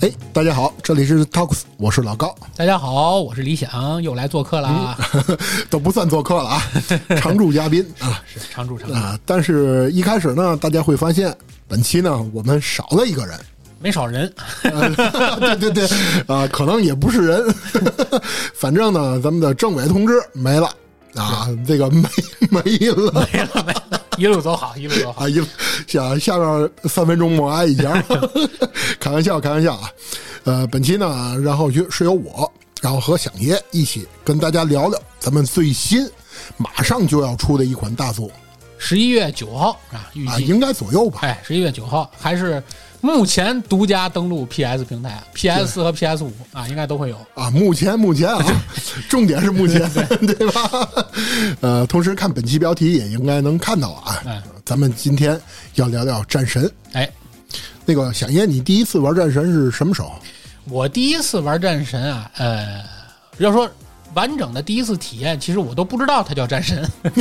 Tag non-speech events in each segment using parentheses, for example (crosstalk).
哎，大家好，这里是 Talks，我是老高， (laughs) 大家好，我是李想，又来做客啦、都不算做客了啊，常驻嘉宾啊 (laughs) 是常驻常驻，啊！但是一开始呢，大家会发现本期呢我们少了一个人，没少人， (laughs) 啊对对对，啊，可能也不是人， (laughs) 反正呢，咱们的政委同志没了啊，这个没没了没了没了，一路走好，一路走好。啊，一下下边三分钟默哀一下，开玩笑开玩笑啊，呃，本期呢，然后就是由我，然后和响爷一起跟大家聊聊咱们最新马上就要出的一款大作十一月九号啊，预啊，计应该左右吧，哎，十一月九号还是目前独家登陆 PS 平台，PS 四和 PS 五啊，应该都会有。啊，目前目前啊，重点是目前，对吧？呃，同时看本期标题也应该能看到啊。哎咱们今天要聊聊战神。哎，那个小叶，你第一次玩战神是什么时候？我第一次玩战神啊，呃，要说完整的第一次体验，其实我都不知道它叫战神， (laughs)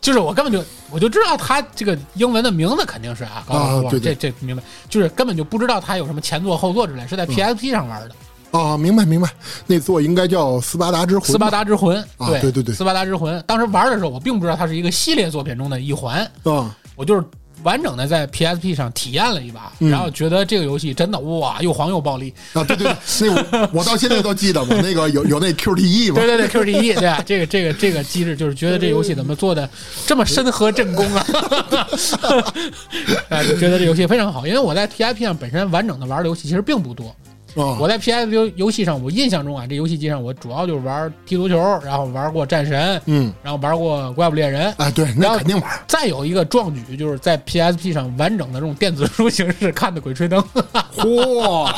就是我根本就我就知道它这个英文的名字肯定是啊，高老师啊对嗯这这明白，就是根本就不知道它有什么前作后作之类，是在 PSP 上玩的《哦，明白明白，那座应该叫《斯巴达之魂》。斯巴达之魂》啊对对对斯巴达之魂》当时玩的时候，我并不知道它是一个系列作品中的一环，啊、我就是。完整的在 PSP 上体验了一把，嗯然后觉得这个游戏真的哇，又黄又暴力，啊，对对对，那我我到现在都记得嘛，那个有有那 QTE 嘛 (laughs) 对，对对，QTE，对啊，这个这个这个机制就是觉得这游戏怎么做的这么深合正宫啊？ (laughs) 啊，就觉得这游戏非常好，因为我在 PIP 上本身完整的玩的游戏其实并不多。啊我在 PIP 游游戏上，我印象中啊，这游戏机上我主要就是玩踢足球，然后玩过战神，嗯，然后玩过怪物猎人。啊，对，然那后肯定玩。再有一个壮举，就是在 PSP 上完整的这种电子书形式看的《鬼吹灯》 (laughs) 嚯、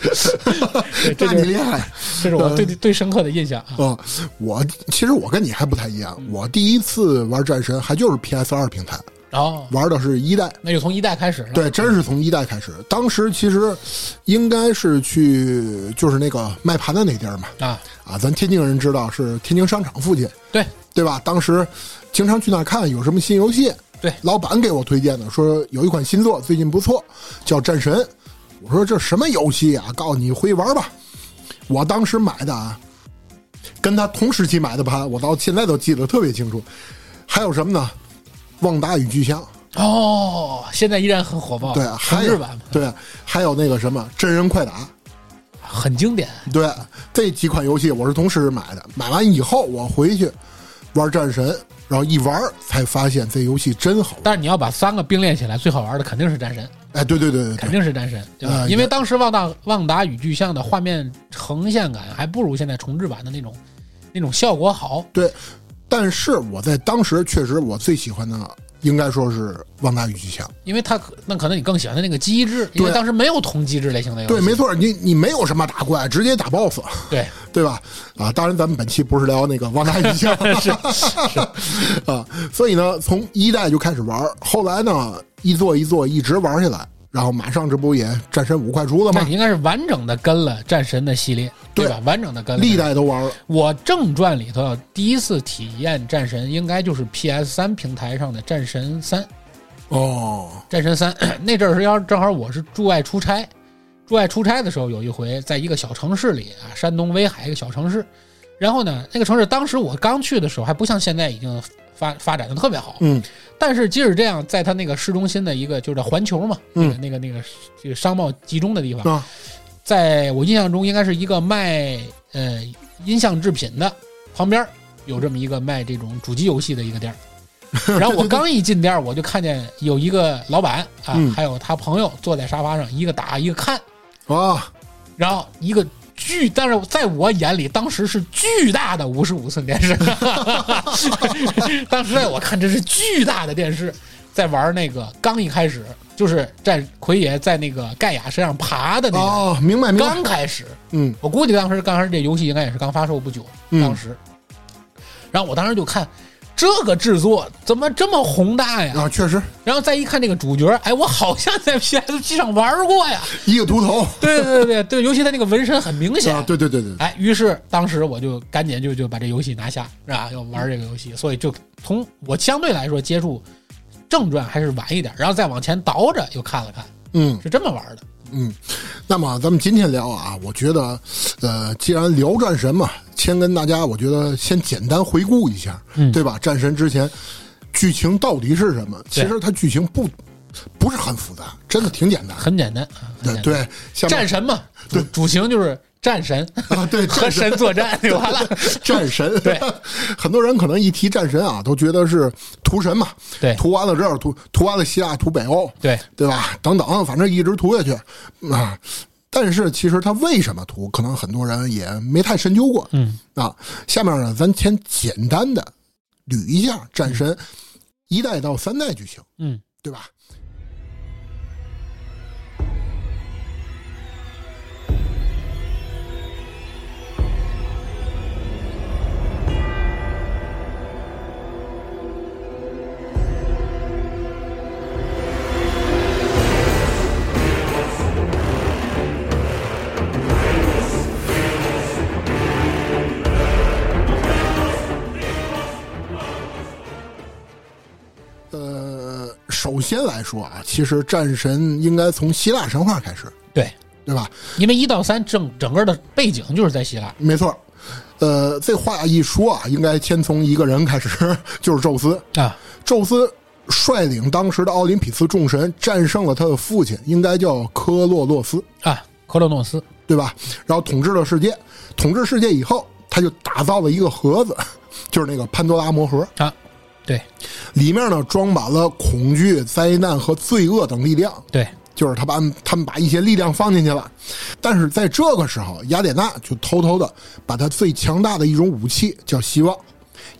对，这那你就是厉害！这是嗯我最最深刻的印象啊。啊、我其实我跟你还不太一样，我第一次玩战神还就是 PS 二平台，然后，玩的是一代。那就从一代开始了。对，真是从一代开始。当时其实应该是去就是那个卖盘的那地儿嘛，啊，啊，咱天津人知道是天津商场附近，对，对吧？当时经常去那儿看有什么新游戏，对老板给我推荐的，说有一款新作最近不错，叫《战神》。我说这什么游戏啊？告诉你回去玩吧。我当时买的啊，跟他同时期买的盘，我到现在都记得特别清楚。还有什么呢？《旺达与巨像》哦，现在依然很火爆，对，重还置有啊版对，还有那个什么《真人快打》，很经典。对，这几款游戏我是同时买的，买完以后我回去玩战神，然后一玩才发现这游戏真好玩。但是你要把三个并列起来，最好玩的肯定是战神，哎，对对对对肯对，定是战神，对吧？呃因为也当时旺达旺达与巨像的画面呈现感还不如现在重置版的那种那种效果好。但是我在当时确实我最喜欢的应该说是《旺达与巨像》。因为它可那可能你更喜欢它那个机制，因为对当时没有同机制类型的游戏。对，没错，你你没有什么打怪，直接打 BOSS， (laughs) 对对吧？啊，当然咱们本期不是聊那个《旺达与巨 (laughs) 像》啊，所以呢，从一代就开始玩，后来呢，一座一座一直玩下来，然后马上这不也战神五快出了那吗你？应该是完整的跟了战神的系列，对对吧？完整的跟了历代都玩了。我正传里头第一次体验战神，应该就是 PS 三平台上的战神三。哦，战神三 (clears throat) 那阵儿是要正好我是驻外出差，驻外出差的时候有一回在一个小城市里啊，山东威海一个小城市，然后呢，那个城市当时我刚去的时候还不像现在已经发发展的特别好，嗯，但是即使这样，在它那个市中心的一个就是叫环球嘛，嗯那个那个那个这个商贸集中的地方，啊，在我印象中应该是一个卖呃音像制品的旁边儿有这么一个卖这种主机游戏的一个 (laughs) 店儿。然后我刚一进店儿，我就看见有一个老板啊嗯，还有他朋友坐在沙发上，一个打一个看，啊，然后一个巨，但是在我眼里当时是巨大的五十五 (laughs) 寸电视，当时在我看这是巨大的电视，在玩那个刚一开始就是在奎爷在那个盖亚身上爬的那个，哦，明白明白，刚开始，嗯我估计当时刚开始这游戏应该也是刚发售不久，嗯当时，然后我当时就看这个制作怎么这么宏大呀？啊，确实然后再一看这个主角，哎，我好像在 PSP 上玩过呀。一个秃头对对对对对，尤其他那个纹身很明显啊，。对对对对，哎，于是当时我就赶紧就就把这游戏拿下，是吧？要玩这个游戏，所以就从我相对来说接触正传还是晚一点，然后再往前倒着又看了看，嗯，是这么玩的。嗯，那么咱们今天聊啊，我觉得，呃，既然聊战神嘛，先跟大家，我觉得先简单回顾一下，嗯对吧？战神之前剧情到底是什么？其对实它剧情不不是很复杂，真的挺简单。很简单，啊很对简单对，下面战神嘛，主主情就是战神啊， (laughs) 对和战神神作战就完了。 (laughs) 战神，对， (laughs) 很多人可能一提战神啊，都觉得是屠神嘛， (laughs) 对屠完了这儿，屠屠完了希腊，屠北欧，对，对吧？等等，反正一直涂下去啊。但是其实他为什么涂，可能很多人也没太深究过。嗯啊，下面呢，咱先简单的捋一下战神一代到三代剧情，嗯，对吧？呃，首先来说啊，其实战神应该从希腊神话开始，对，对吧？因为一到三整整个的背景就是在希腊。没错儿。呃，这话一说啊，应该先从一个人开始， (laughs) 就是宙斯。啊，宙斯率领当时的奥林匹斯众神战胜了他的父亲，应该叫科洛洛斯，啊，克洛诺斯，对吧？然后统治了世界，统治世界以后，他就打造了一个盒子，就是那个潘多拉魔盒，啊，对里面呢装满了恐惧、灾难和罪恶等力量。对，就是他把他们把一些力量放进去了，但是在这个时候，雅典娜就偷偷的把她最强大的一种武器叫希望，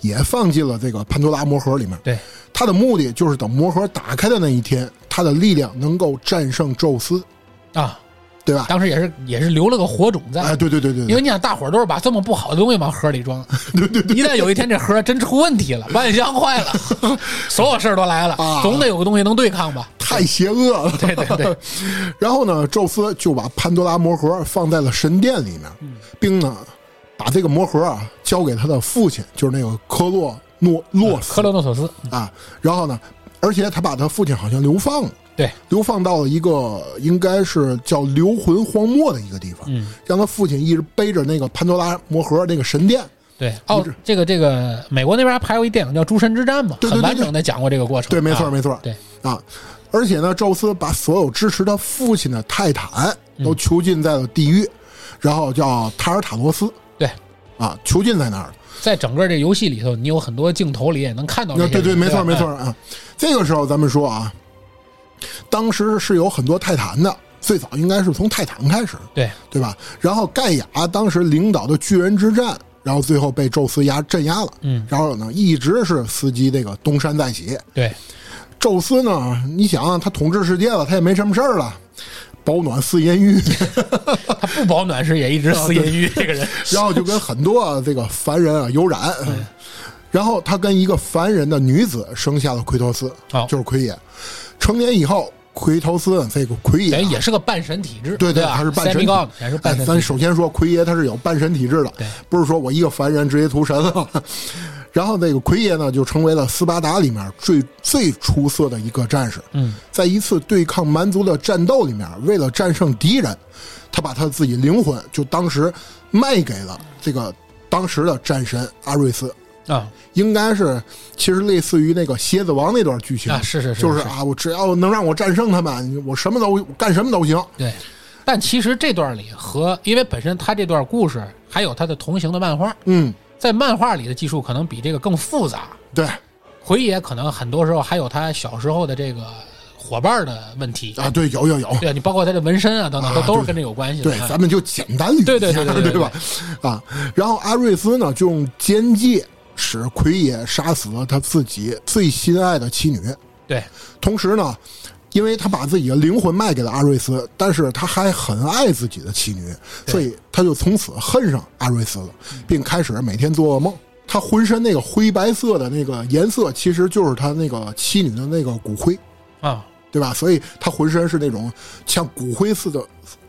也放进了这个潘多拉魔盒里面。对，他的目的就是等魔盒打开的那一天，他的力量能够战胜宙斯，啊，对吧？当时也是也是留了个火种在，哎，对对对对因对，为你想，大伙儿都是把这么不好的东西往盒里 (laughs) 装，一旦有一天这盒真出问题了，万象坏 (laughs) 了，所有事儿都来了啊，总得有个东西能对抗 (laughs) 吧？太邪恶了。对对 (laughs) 对， (laughs) 然后呢，宙斯就把潘多拉魔盒放在了神殿里面，嗯并呢把这个魔盒啊交给他的父亲，就是那个科洛诺洛斯克洛诺索斯，啊。然后呢，而且他把他父亲好像流放了。对，流放到了一个应该是叫流魂荒漠的一个地方，嗯，让他父亲一直背着那个潘多拉魔盒那个神殿，对，哦直，这个这个美国那边还有一电影叫《诸神之战》嘛，对对对很完对整的讲过这个过程，对，没错，啊没错，对啊。而且呢，宙斯把所有支持他父亲的泰坦嗯都囚禁在了地狱，然后叫塔尔塔罗斯对，啊，囚禁在那儿了。在整个这游戏里头，你有很多镜头里也能看到这那些对人，对，没错吧没错，啊。这个时候咱们说啊，当时是有很多泰坦的，最早应该是从泰坦开始，对对吧？然后盖亚当时领导的巨人之战，然后最后被宙斯压镇压了。嗯，然后呢，一直是司机这个东山再起。 (laughs) 对宙斯呢，你想啊，他统治世界了，他也没什么事儿了，保暖四淫欲，他不保暖时也一直私淫欲，这个人，然后就跟很多啊这个凡人啊有染。然后他跟一个凡人的女子生下了奎托斯，好就是奎爷。成年以后，奎托斯这个奎爷啊人哎也是个半神体质，对对吧，他是半神体 Semi-god，也是半哎神咱体质，首先说奎爷他是有半神体质的对，不是说我一个凡人直接屠神了。 (laughs) 然后那个奎爷呢，就成为了斯巴达里面最最出色的一个战士。嗯，在一次对抗蛮族的战斗里面，为了战胜敌人，他把他自己灵魂就当时卖给了这个当时的战神阿瑞斯。啊应该是，其实类似于那个蝎子王那段剧情，啊是是是就是是啊，我只要能让我战胜他们，我什么都我干什么都行。对。但其实这段里和因为本身他这段故事还有他的同行的漫画，嗯，在漫画里的技术可能比这个更复杂，对，回野可能很多时候还有他小时候的这个伙伴的问题啊，对，有有有，对啊，你包括他的纹身啊等等，都啊都是对跟这有关系的。对，啊咱们就简单捋一下，对对对对对对吧？啊，然后阿瑞斯呢，就用奸计使奎爷杀死了他自己最心爱的妻女，对同时呢，因为他把自己的灵魂卖给了阿瑞斯，但是他还很爱自己的妻女，对嗯所以他就从此恨上阿瑞斯了，并开始每天做噩梦。他浑身那个灰白色的那个颜色，其实就是他那个妻女的那个骨灰，啊，对吧？所以他浑身是那种像骨灰似的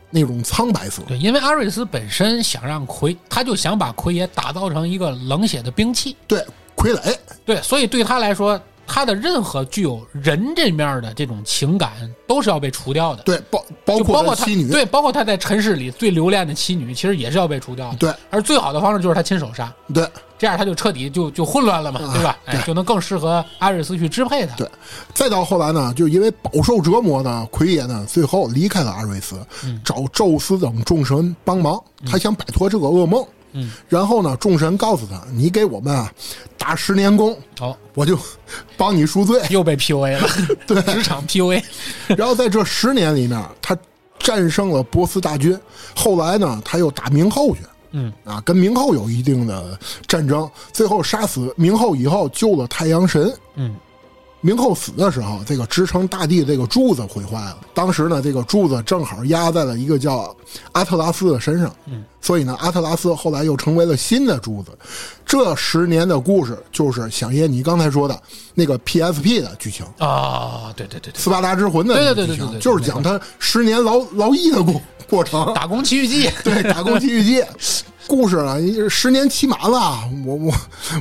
那种苍白色。对，因为阿瑞斯本身想让奎，他就想把奎爷打造成一个冷血的兵器，对，傀儡，对，所以对他来说，它的任何具有人这面的这种情感都是要被除掉的。对，包包就包括括他他妻女，对，包括他在尘世里最留恋的妻女，其实也是要被除掉的。对而最好的方式就是他亲手杀，对这样他就彻底就就混乱了嘛，啊对吧？哎，对就能更适合阿瑞斯去支配他。对再到后来呢，就因为饱受折磨呢，奎爷呢最后离开了阿瑞斯，嗯找宙斯等众神帮忙，他想摆脱这个噩梦。嗯，然后呢，众神告诉他：“你给我们啊打十年工，哦，我就帮你赎罪。又被 PUA 了，对，职场 PUA。”然后在这十年里面，他战胜了波斯大军。后来呢，他又打明后去。嗯，啊，跟明后有一定的战争，最后杀死明后以后，救了太阳神。嗯，明后死的时候，这个支撑大地这个柱子毁坏了。当时呢，这个柱子正好压在了一个叫阿特拉斯的身上，嗯，所以呢，阿特拉斯后来又成为了新的柱子。这十年的故事就是响应你刚才说的那个 PSP 的剧情，《啊，对对对对，斯巴达之魂》的对对那对个剧对对对情，对就是讲他十年劳劳役的过过程。打工奇遇记。对，打工奇遇记。故事啊，十年期满了，我我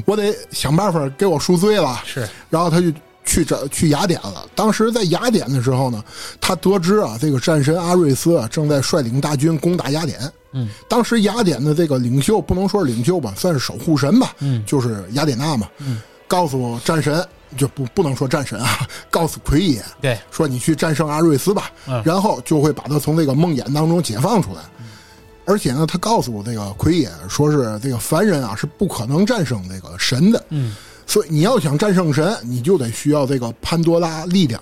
我得想办法给我赎罪了。是，然后他就去这去雅典了。当时在雅典的时候呢，他得知啊，这个战神阿瑞斯啊正在率领大军攻打雅典。嗯，当时雅典的这个领袖不能说是领袖吧，算是守护神吧，嗯就是雅典娜嘛。嗯，告诉战神就不不能说战神啊，告诉奎爷，对，说你去战胜阿瑞斯吧，嗯然后就会把他从这个梦魇当中解放出来。而且呢，他告诉这个奎野，说是这个凡人啊是不可能战胜这个神的，嗯，所以你要想战胜神，你就得需要这个潘多拉力量。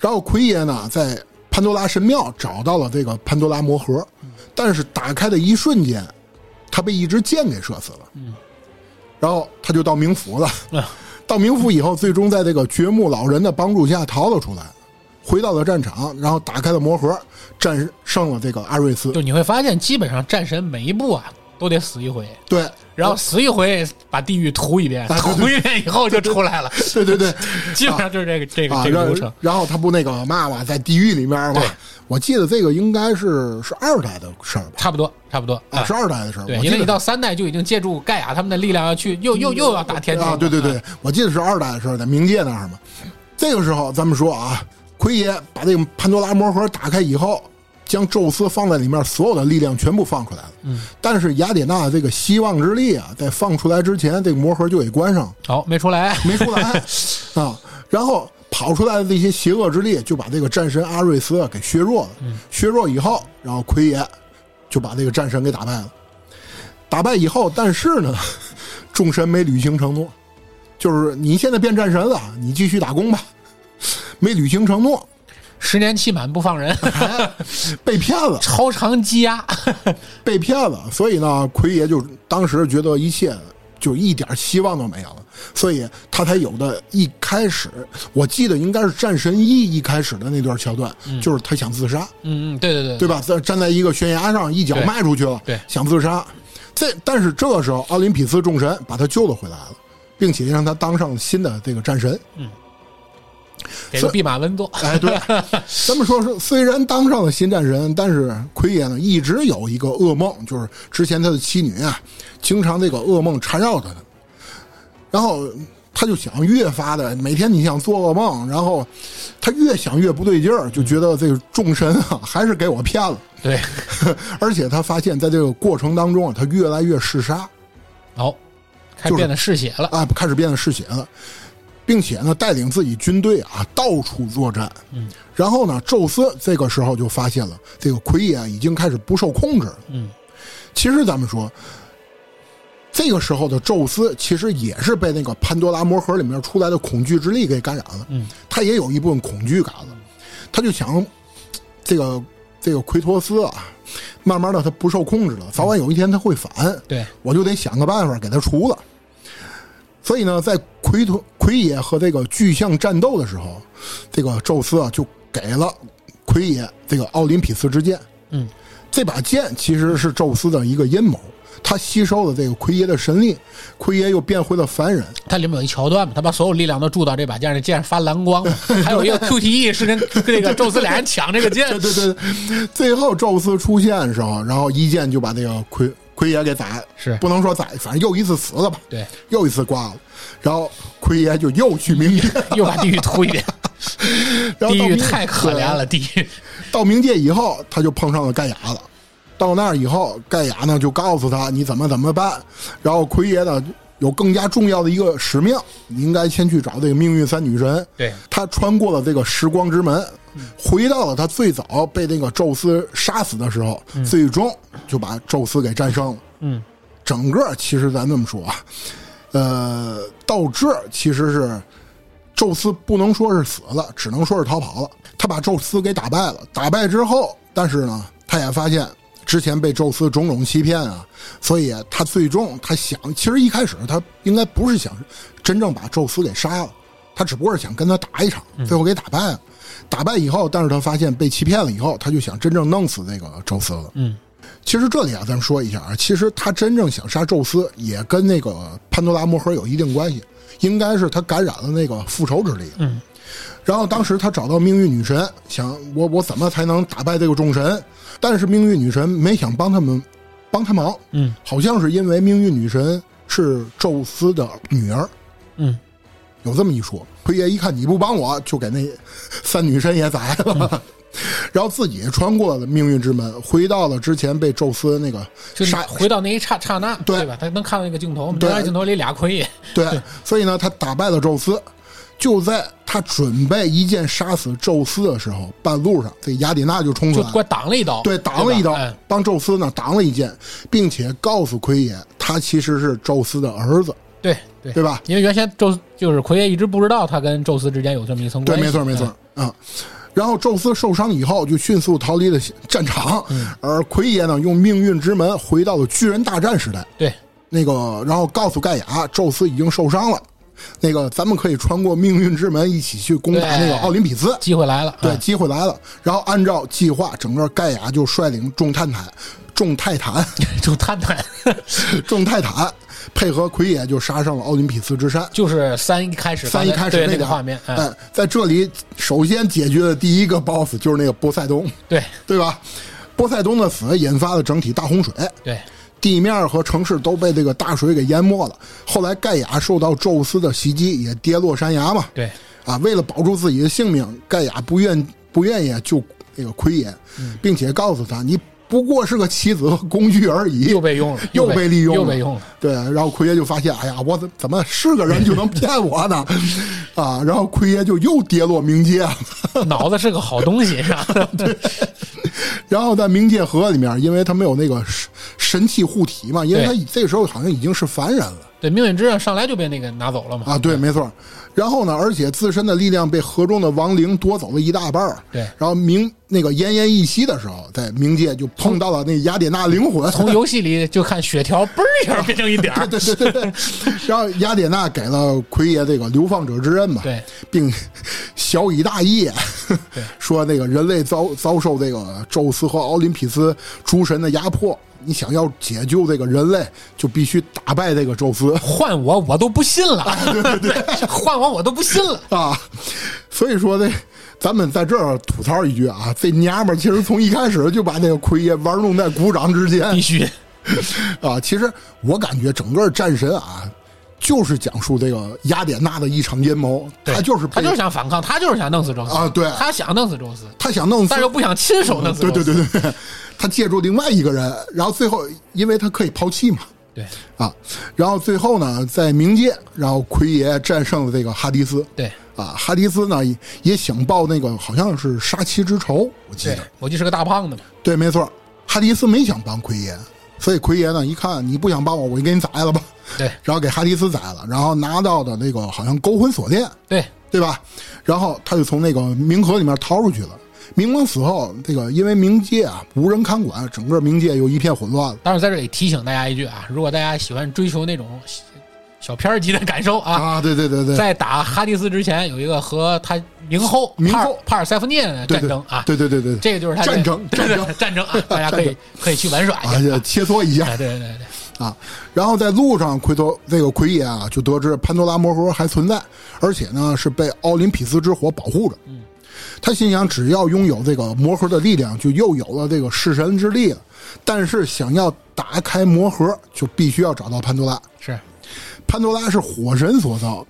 然后奎爷呢，在潘多拉神庙找到了这个潘多拉魔盒，但是打开的一瞬间，他被一支箭给射死了。嗯，然后他就到冥府了。啊到冥府以后，最终在这个掘墓老人的帮助下逃了出来，回到了战场，然后打开了魔盒，战胜了这个阿瑞斯。就你会发现，基本上战神每一步啊都得死一回，对，然后死一回把地狱屠一啊遍，对对屠一遍以后就出来了， (laughs) 对对对，基本上就是这个这个啊，这个流然程后。然后他不那个嘛嘛，在地狱里面嘛对。我记得这个应该是是二代的事儿吧？差不多，差不多啊，是二代的事儿。对，我因记为得你到三代就已经借助盖亚他们的力量要去，又又又要打天庭啊，了。对对对，我记得是二代的事儿，在冥界那儿嘛。这个时候，咱们说啊，奎爷把这个潘多拉魔盒打开以后，将宙斯放在里面所有的力量全部放出来了。嗯，但是雅典娜的这个希望之力啊，在放出来之前，这个魔盒就给关上了，好、没出来。没出来啊。然后跑出来的这些邪恶之力，就把这个战神阿瑞斯啊给削弱了。削弱以后，然后奎爷就把这个战神给打败了。打败以后，但是呢， (laughs) 众神没履行承诺，就是你现在变战神了，你继续打工吧，没履行承诺，十年期满不放 (laughs) 人，被骗了。超长积压。 (laughs) 被骗了，所以呢，奎爷就当时觉得一切就一点希望都没有了，所以他才有的一开始，我记得应该是《战神一》一开始的那段桥段，就是他想自杀，嗯嗯，对对对对吧？在站在一个悬崖上，一脚对迈出去了，对想自杀。这但是这个时候，奥林匹斯众神把他救了回来了，并且让他当上新的这个战神。给个弼马温座。 (laughs) 哎，对，咱们说说，虽然当上了新战神，但是奎爷呢一直有一个噩梦，就是之前他的妻女啊，经常这个噩梦缠绕着他，然后他就想越发的每天你想做噩梦，然后他越想越不对劲儿，就觉得这个众神啊还是给我骗了， (laughs) 对，而且他发现在这个过程当中啊，他越来越嗜杀好、就开始是变得嗜血了。啊，开始变得嗜血了。并且呢，带领自己军队啊，到处作战。嗯，然后呢，宙斯这个时候就发现了这个奎爷啊已经开始不受控制了。嗯，其实咱们说，这个时候的宙斯其实也是被那个潘多拉魔盒里面出来的恐惧之力给感染了。嗯，他也有一部分恐惧感了，他就想这个这个奎托斯啊，慢慢的他不受控制了，早晚有一天他会反。对，我就得想个办法给他除了。所以呢，在奎托奎爷和这个巨象战斗的时候，这个宙斯啊就给了奎爷这个奥林匹斯之剑。嗯，这把剑其实是宙斯的一个阴谋，他吸收了这个奎爷的神力，奎爷又变回了凡人。它里面有一桥段嘛，他把所有力量都注到这把剑上，剑上发蓝光， (laughs) 还有一个 QTE 是跟跟这个宙斯俩人抢这个剑 (laughs) 对。对对，最后宙斯出现的时候，然后一剑就把这个奎。奎爷给宰，是不能说宰，反正又一次死了吧，对，又一次挂了。然后奎爷就又去冥界，又把地狱涂一遍， (laughs) 然后地到狱冥太可怜。了，地狱对到冥界以后，他就碰上了盖亚了。到那儿以后，盖亚呢就告诉他你怎么怎么办，然后奎爷呢有更加重要的一个使命，你应该先去找这个命运三女神。对他穿过了这个时光之门，回到了他最早被那个宙斯杀死的时候，最终就把宙斯给战胜了。嗯，整个其实咱这么说啊，呃，到这儿其实是宙斯不能说是死了，只能说是逃跑了。他把宙斯给打败了，打败之后，但是呢，他也发现之前被宙斯种种欺骗啊，所以他最终他想，其实一开始他应该不是想真正把宙斯给杀了，他只不过是想跟他打一场，最后给打败了。打败以后，但是他发现被欺骗了以后，他就想真正弄死这个宙斯了。嗯，其实这里啊，咱们说一下啊，其实他真正想杀宙斯，也跟那个潘多拉魔盒有一定关系，应该是他感染了那个复仇之力。嗯，然后当时他找到命运女神，想我我怎么才能打败这个众神？但是命运女神没想帮他们帮他忙，嗯好像是因为命运女神是宙斯的女儿，嗯，有这么一说。奎爷一看你不帮我，就给那三女神也宰了，嗯 (laughs) 然后自己穿过了命运之门，回到了之前被宙斯那个就杀回到那一刹刹那，对对吧？他能看到那个镜头，我们对当时镜头里俩奎爷，对，所以呢，他打败了宙斯。就在他准备一剑杀死宙斯的时候，半路上这雅典娜就冲出就来了，给我挡了一刀，对，挡了一刀对吧哎，帮宙斯呢挡了一剑，并且告诉奎爷，他其实是宙斯的儿子，对对对吧？因为原先宙斯就是奎爷一直不知道他跟宙斯之间有这么一层对，关系，没错，嗯没错，啊、哎然后宙斯受伤以后，就迅速逃离了战场，嗯而奎爷呢，用命运之门回到了巨人大战时代。嗯。对，那个，然后告诉盖亚，宙斯已经受伤了，那个咱们可以穿过命运之门一起去攻打那个对奥林匹斯。机会来了，对，哎机会来了。然后按照计划，整个盖亚就率领众泰坦、众泰坦、 (laughs) (laughs) 就探探， (laughs) 众泰坦，配合奎爷就杀上了奥林匹斯之山。就是三一开始三一开始对那点个画面，哎哎，在这里首先解决的第一个 BOSS 就是那个波塞冬，对对吧？波塞冬的死引发了整体大洪水，对，地面和城市都被这个大水给淹没了。后来盖亚受到宙斯的袭击，也跌落山崖嘛。对，啊，为了保住自己的性命，盖亚不愿不愿意救那个奎爷，嗯并且告诉他，你不过是个棋子和工具而已又。被用了， (laughs) 又被被利用了又被用了，对，然后奎爷就发现，哎呀，我怎怎么是个人就能骗我呢？ (laughs) 啊，然后奎爷就又跌落冥界了。 (laughs) 脑子是个好东西，是吧？然后在冥界河里面，因为他没有那个神神器护体嘛，因为他对这时候好像已经是凡人了。对，命运之刃上来就被那个拿走了嘛，啊，对，没错。然后呢，而且自身的力量被河中的亡灵夺走了一大半儿对然后冥那个奄奄一息的时候，在冥界就碰到了那雅典娜灵魂。从游戏里就看血条嘣儿一下变成一点儿，对对对 (laughs) 对，然后雅典娜给了奎爷这个流放者之恩嘛，对，并小以大义对， (laughs) 说那个人类遭遭受这个宙斯和奥林匹斯诸神的压迫，你想要解救这个人类，就必须打败这个宙斯。换我我都不信了，对，换我我都不信了，啊，所以说呢，咱们在这儿吐槽一句啊，这娘们儿其实从一开始就把那个奎爷玩弄在鼓掌之间必须啊。其实我感觉整个战神啊，就是讲述这个雅典娜的一场阴谋，对他就是他被就是想反抗，他就是想弄死宙斯啊对他想弄死宙斯，他想弄死但是又不想亲手弄死宙对斯，对对对，他借助另外一个人，然后最后因为他可以抛弃嘛对啊，然后最后呢，在冥界，然后奎爷战胜了这个哈迪斯。对啊，哈迪斯呢也也想报那个好像是杀妻之仇，我记得对，我就是个大胖子嘛，对，没错，哈迪斯没想帮奎爷，所以奎爷呢一看你不想帮我，我就给你宰了吧，对然后给哈迪斯宰了，然后拿到的那个好像勾魂锁链，对对吧？然后他就从那个冥河里面逃出去了。冥王死后，这个因为冥界啊无人看管，整个冥界又一片混乱了。当然，在这里提醒大家一句啊，如果大家喜欢追求那种小小片儿级的感受啊，啊，对对对对，在打哈迪斯之前，有一个和他明后明帕尔后帕尔塞夫涅的对战争啊，对对对对对，这个就是他的战争 (laughs) 哎对对对战争啊，大家可以可以去玩耍啊，一下就切磋一下啊，对对对对，啊。然后在路上，奎多那个奎爷啊，就得知潘多拉魔盒还存在，而且呢是被奥林匹斯之火保护着。嗯，他心想，只要拥有这个魔盒的力量，就又有了这个弑神之力了。但是想要打开魔盒，就必须要找到潘多拉。是潘多拉是火神所造，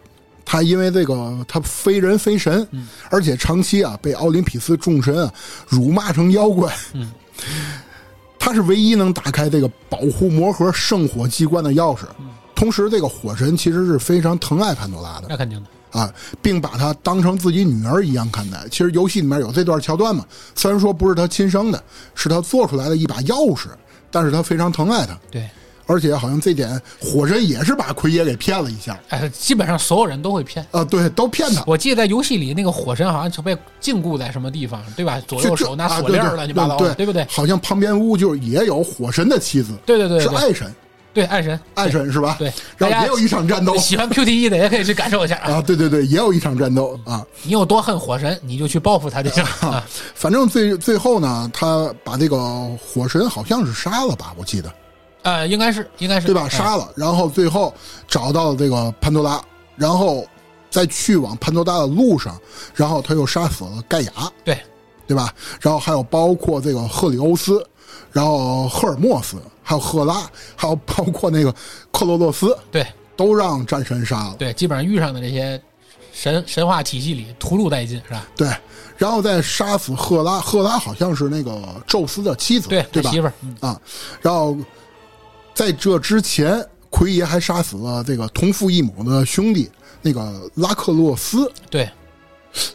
他因为这个他非人非神，嗯而且长期啊被奥林匹斯众神啊辱骂成妖怪。嗯他是唯一能打开这个保护魔盒圣火机关的钥匙。嗯同时，这个火神其实是非常疼爱潘多拉的。那肯定的，啊，并把她当成自己女儿一样看待。其实游戏里面有这段桥段嘛，虽然说不是她亲生的，是她做出来的一把钥匙，但是她非常疼爱她，对，而且好像这点火神也是把奎爷给骗了一下哎，基本上所有人都会骗。啊，对，都骗他。我记得在游戏里，那个火神好像就被禁锢在什么地方，对吧？左右这手拿啊锁对链对儿乱七八糟的，对对不对？好像旁边屋就是也有火神的妻子，对对对是对爱神，对，爱神，爱神是吧？对大然后家也有一场战斗喜欢 QTE 的也可以去感受一下啊。啊，对对对，也有一场战斗啊。你有多恨火神，你就去报复他就行 (laughs) 了。啊反正最最后呢，他把这个火神好像是杀了吧，我记得。呃，应该是，应该是对吧？嗯杀了，然后最后找到这个潘多拉，然后在去往潘多拉的路上，然后他又杀死了盖亚，对，对吧？然后还有包括这个赫里欧斯，然后赫尔墨斯，还有赫拉，还有包括那个克洛洛斯，对都让战神杀了。对，基本上遇上的这些神神话体系里屠戮殆尽，是吧？对，然后再杀死赫拉，赫拉好像是那个宙斯的妻子，对对，吧他媳？妇儿，嗯啊，然后在这之前，奎爷还杀死了这个同父异母的兄弟，那个拉克洛斯。对，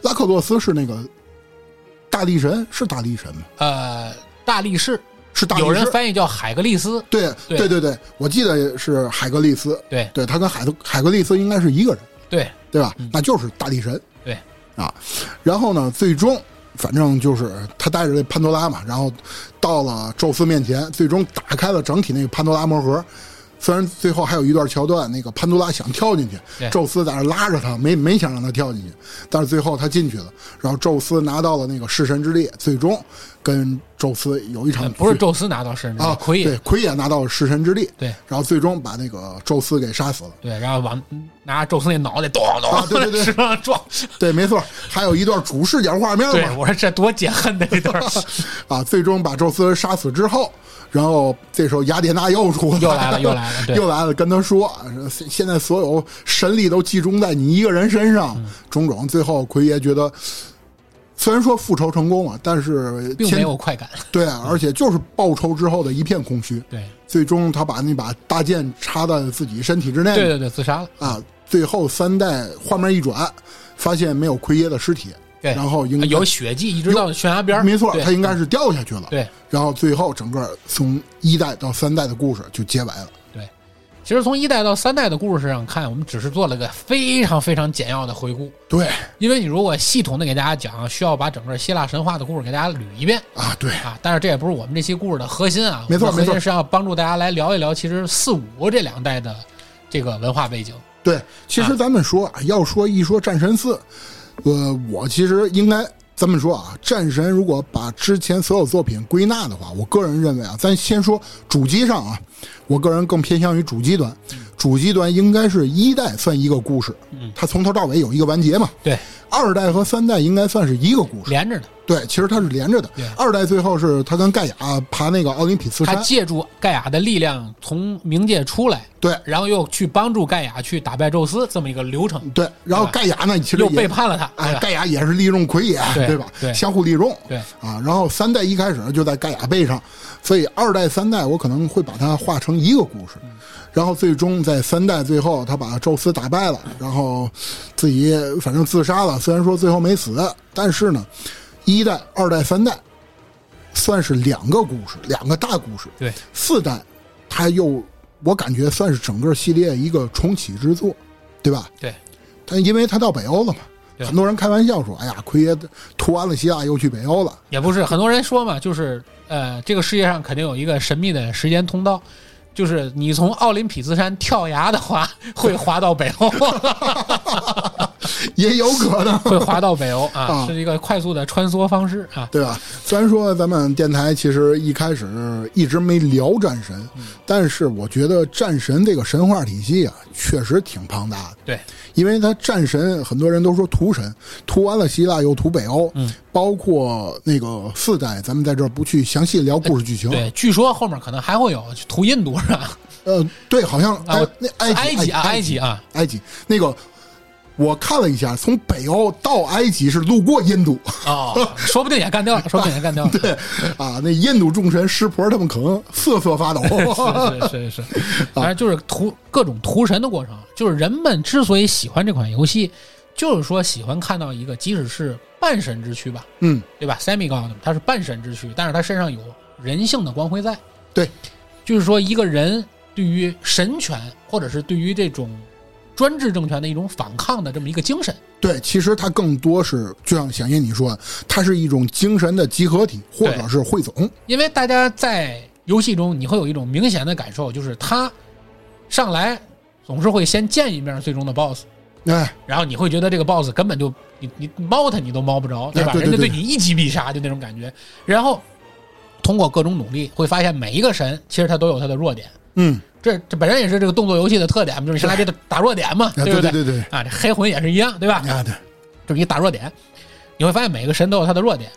拉克洛斯是那个大力神，是大力神吗？呃，大力士，是大力有人士翻译叫海格力斯，对对对对对，我记得是海格力斯，对对他跟海海格力斯应该是一个人，对对吧？嗯那就是大力神。对啊，然后呢，最终反正就是他带着这潘多拉嘛，然后到了宙斯面前，最终打开了整体那个潘多拉魔盒。虽然最后还有一段桥段，那个潘多拉想跳进对去，宙斯在那拉着他，没没想让他跳进去，但是最后他进去了，然后宙斯拿到了那个弑神之力，最终跟宙斯有一呃场不是宙斯拿到神之力啊，奎对爷，奎也拿到了弑神之力，对然后最终把那个宙斯给杀死了。对，然后往拿宙斯那脑袋咚咚啊对对对 (laughs) 往身上 (laughs) 撞，对，没错，还有一段主视角画面对嘛，我说这多解恨的这段儿， (laughs) 啊，最终把宙斯杀死之后，然后这时候雅典娜又出又来了又来 (laughs) 了对又来了，跟他说，呃现现在所有神力都集中在你一个人身上，嗯种种。最后奎爷觉得，虽然说复仇成功了，但是并天没有快感，对，啊而且就是报仇之后的一片空虚。对最终他把那把大剑插在自己身体之内，对对对，自杀了，啊，最后三代画面一转，发现没有奎爷的尸体，对，然后应该有血迹一直到悬崖边儿，没错，对他应该是掉下去了。对。然后最后整个从一代到三代的故事就结尾了。对，其实从一代到三代的故事上看，我们只是做了个非常非常简要的回顾，对因为你如果系统的给大家讲，需要把整个希腊神话的故事给大家捋一遍啊，对啊。但是这也不是我们这期故事的核心啊，没错我们没的核心错是要帮助大家来聊一聊，其实四五这两代的这个文化背景。对，其实咱们说啊，要说一说战神四，呃，我其实应该咱们说啊，战神如果把之前所有作品归纳的话，我个人认为啊，咱先说主机上啊，我个人更偏向于主机端，嗯主机端应该是一代算一个故事，它从头到尾有一个完结嘛。对，二代和三代应该算是一个故事，连着的，对，其实它是连着的对。二代最后是他跟盖亚爬那个奥林匹斯他山，借助盖亚的力量从冥界出来，对然后又去帮助盖亚去打败宙斯这么一个流程，对。然后盖亚呢，其实啊又也背叛了他，哎对，吧？盖亚也是利用奎爷，对吧？对相互利用。对啊，然后三代一开始就在盖亚背上，所以二代、三代我可能会把它画成一个故事，嗯然后最终在三代最后他把宙斯打败了，然后自己反正自杀了，虽然说最后没死，但是呢，一代、二代、三代算是两个故事，两个大故事。对，四代它又我感觉算是整个系列一个重启之作，对吧？对，但因为他到北欧了嘛，对啊很多人开玩笑说：“哎呀，奎爷屠完了希腊又去北欧了。也不是很多人说嘛，就是呃，这个世界上肯定有一个神秘的时间通道，就是 (laughs) 你从奥林匹斯山跳崖的话，会滑到北欧。也有可能，(laughs) (laughs) 会滑到北欧啊，啊是一个快速的穿梭方式啊。对吧？虽然说咱们电台其实一开始一直没聊战神，嗯但是我觉得战神这个神话体系啊，确实挺庞大的。对，因为他战神，很多人都说屠神，屠完了希腊又屠北欧，嗯包括那个四代，咱们在这儿不去详细聊故事剧情。对，据说后面可能还会有图印度是吧？呃，对，好像啊埃、我那埃埃及啊，埃埃及啊，埃及那个，我看了一下，从北欧到埃及是路过印度。 (laughs) 哦，说不定也干掉了，说不定也干掉了。对啊，那印度众神湿婆他们可能瑟瑟发抖。 (laughs) 是是是是，反正就是屠各种屠神的过程，就是人们之所以喜欢这款游戏，就是说喜欢看到一个即使是半神之躯吧，嗯，对吧？Semi God 他是半神之躯，但是他身上有人性的光辉在。对，就是说一个人对于神权或者是对于这种专制政权的一种反抗的这么一个精神。对，其实它更多是就像小叶你说，的，它是一种精神的集合体或者是汇总。因为大家在游戏中，你会有一种明显的感受，就是他上来总是会先见一面最终的 BOSS，哎，然后你会觉得这个 BOSS 根本就你你猫他你都猫不着，对吧？哎对对人家对对你一击必杀，就那种感觉。然后通过各种努力，会发现每一个神其实他都有他的弱点，嗯，这这本身也是这个动作游戏的特点嘛，就是先来这个打弱点嘛，啊不对对对，啊，这黑魂也是一样，对吧？啊对，就是你打弱点，你会发现每个神都有他的弱点，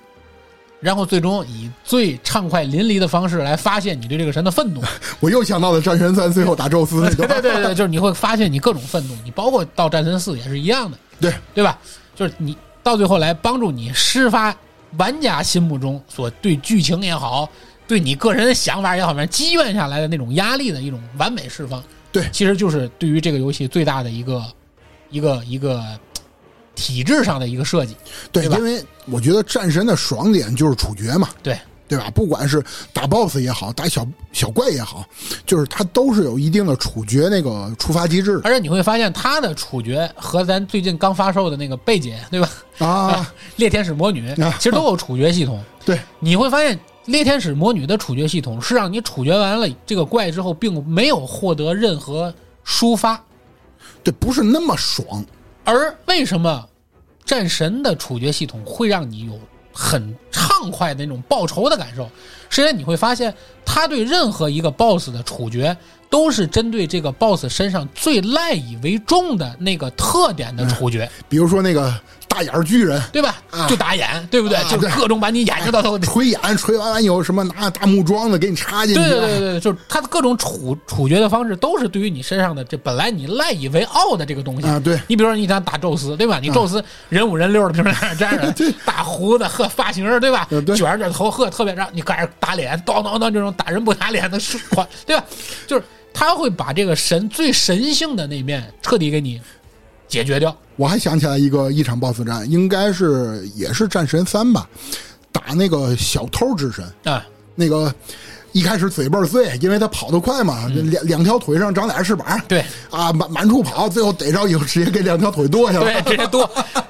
然后最终以最畅快淋漓的方式来发泄你对这个神的愤怒。我又想到了战神三最后打宙斯那 (laughs) 对段。对对对，就是你会发现你各种愤怒，你包括到战神四也是一样的，对对吧？就是你到最后来帮助你施发玩家心目中所对剧情也好，对你个人的想法也好，反正积怨下来的那种压力的一种完美释放。对其实就是对于这个游戏最大的一个一个一个呃体制上的一个设计。对，对吧因为我觉得战神的爽点就是处决嘛，对对吧？不管是打 BOSS 也好，打小小怪也好，就是它都是有一定的处决那个触发机制而且你会发现它的处决和咱最近刚发售的那个贝姐，对吧？ (laughs) 哎啊。猎天使魔女啊其实都有处决系统。对，你会发现猎天使魔女的处决系统是让你处决完了这个怪之后，并没有获得任何抒发。对，不是那么爽。而为什么战神的处决系统会让你有很畅快的那种报仇的感受？是因为你会发现，他对任何一个 BOSS 的处决，都是针对这个 BOSS 身上最赖以为重的那个特点的处决。比如说那个大眼儿巨人，对吧？啊就打眼，对不对？啊就是对各种把你掩饰到头。锤眼锤完完有什么拿大木桩子给你插进去，啊对对对对，就是他的各种处处决的方式，都是对于你身上的这本来你赖以为傲的这个东西。啊，对啊你比如说，你想打宙斯，对吧？你宙斯人五人六的，平时在那站 (laughs) 着，大胡子呵发型儿，对吧？嗯对卷着头呵特别让你开始打脸，当当当这种打人不打脸的是款，对吧？就是他会把这个神最神性的那面彻底给你解决掉。我还想起来一个一场 BOSS 战，应该是也是战神三吧，打那个小偷之神，啊，那个一开始嘴倍儿碎，因为他跑得快嘛，两两条腿上长俩翅膀，嗯对啊，满满处跑，最后逮着以后直接给两条腿剁下 (laughs) 对来，，这些多，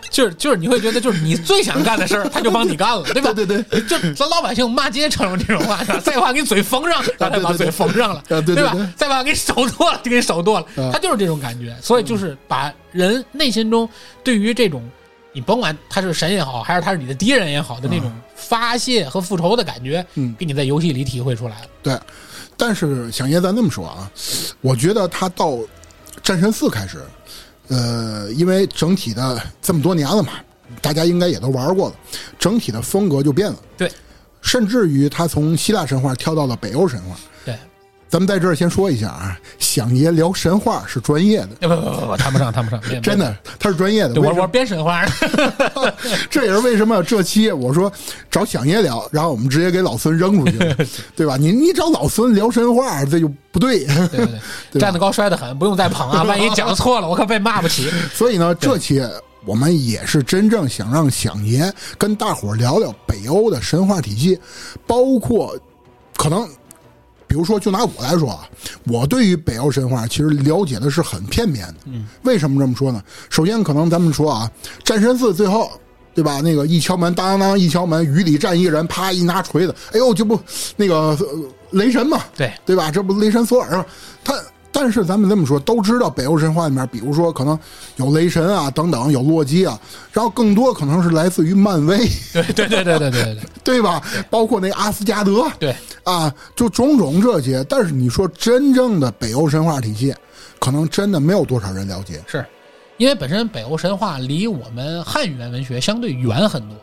就是就是你会觉得就是你最想干的事儿，他就帮你干了，对吧？对对对，就咱老百姓骂街常用这种话，是吧？再把给你嘴缝上，让他把嘴缝上了，啊对对对吧啊对对对？再把给手剁了，就给手剁了，啊他就是这种感觉，所以就是把人内心中对于这种。你甭管他是神也好，还是他是你的敌人也好的那种发泄和复仇的感觉，嗯给你在游戏里体会出来了。对。但是想爷咱这么说啊，我觉得他到战神四开始，呃，因为整体的这么多年了嘛，大家应该也都玩过了，整体的风格就变了。对甚至于他从希腊神话跳到了北欧神话。对，咱们在这儿先说一下啊，想爷聊神话是专业的， (laughs) 不不不不，谈不上，谈不上，没有真，的，他是专业的。没有对为我什我编神话呢，么这也是为什么这期我说找想爷聊，然后我们直接给老孙扔出去了，对吧？你你找老孙聊神话，这就不 (laughs) 对。对对对，站得高摔得很，不用再 (laughs) 捧啊，万一讲错了，我可被骂不起。所以呢，这期我们也是真正想让想爷跟大伙儿聊聊北欧的神话体系，包括可能，比如说，就拿我来说啊，我对于北欧神话其实了解的是很片面的。嗯，为什么这么说呢？首先，可能咱们说啊，战神四最后。对吧？那个一敲门，当当当，一敲门，雨里站一个人，啪一拿锤子，哎呦，这不那个、呃雷神嘛，对对吧？这不雷神索尔吗？他但是咱们这么说，都知道北欧神话里面，比如说可能有雷神啊，等等，有洛基啊，然后更多可能是来自于漫威，对对对对对对对对吧？包括那阿斯加德，对，啊，就种种这些。但是你说真正的北欧神话体系，可能真的没有多少人了解。是因为本身北欧神话离我们汉语言文学相对远很多，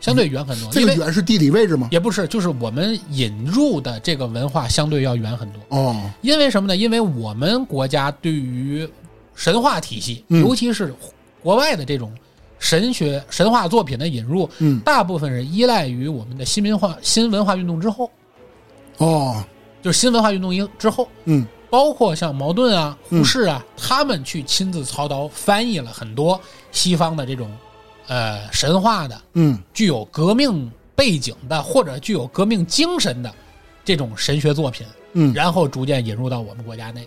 相对远很多，这哦因个为远是地理位置吗？也不是，就是我们引入的这个文化相对要远很多。哦，因为什么呢？因为我们国家对于神话体系，嗯尤其是国外的这种神学神话作品的引入，嗯，大部分是依赖于我们的新文化新文化运动之后，哦，就是新文化运动一之后，嗯，包括像茅盾啊、嗯胡适啊，他们去亲自操刀翻译了很多西方的这种呃神话的嗯，具有革命背景的或者具有革命精神的这种神学作品，嗯然后逐渐引入到我们国家内。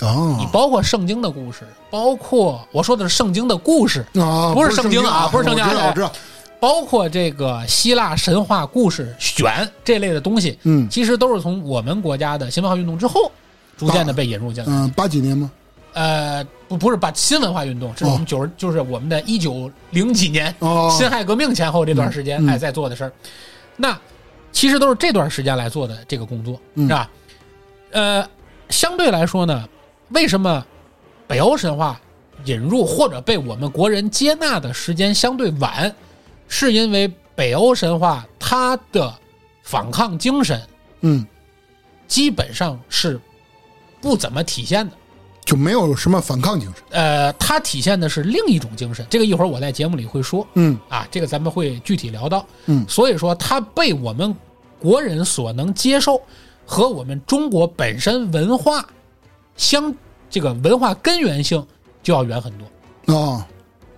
你哦，包括圣经的故事，包括我说的是圣经的故事，啊，不是圣圣经啊不是圣经啊我知道，我知道，包括这个希腊神话故事选这类的东西，嗯其实都是从我们国家的新文化运动之后逐渐的被引入进来。嗯，八几年吗？呃，不不是把新文化运动，这是我们九十、就是我们的一九零几年、哦，辛亥革命前后这段时间，嗯嗯哎在做的事儿，那其实都是这段时间来做的这个工作，嗯是吧？呃，相对来说呢，为什么北欧神话引入或者被我们国人接纳的时间相对晚，是因为北欧神话它的反抗精神嗯，基本上是不怎么体现的。就没有什么反抗精神。呃，它体现的是另一种精神，这个一会儿我在节目里会说嗯啊，这个咱们会具体聊到。嗯所以说它被我们国人所能接受，和我们中国本身文化相这个文化根源性就要远很多。哦，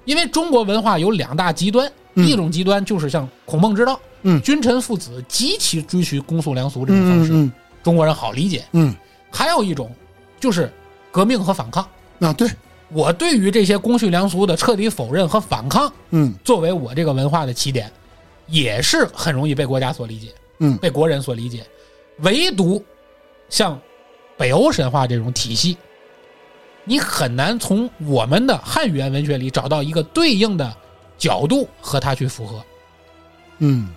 因为中国文化有两大极端，嗯一种极端就是像孔孟之道，嗯君臣父子极其追求公诉良俗这种方嗯式，嗯中国人好理解；嗯还有一种就是革命和反抗。嗯，啊对，我对于这些公序良俗的彻底否认和反抗，嗯作为我这个文化的起点，也是很容易被国家所理解，嗯被国人所理解。唯独像北欧神话这种体系，你很难从我们的汉语言文学里找到一个对应的角度和它去符合。嗯，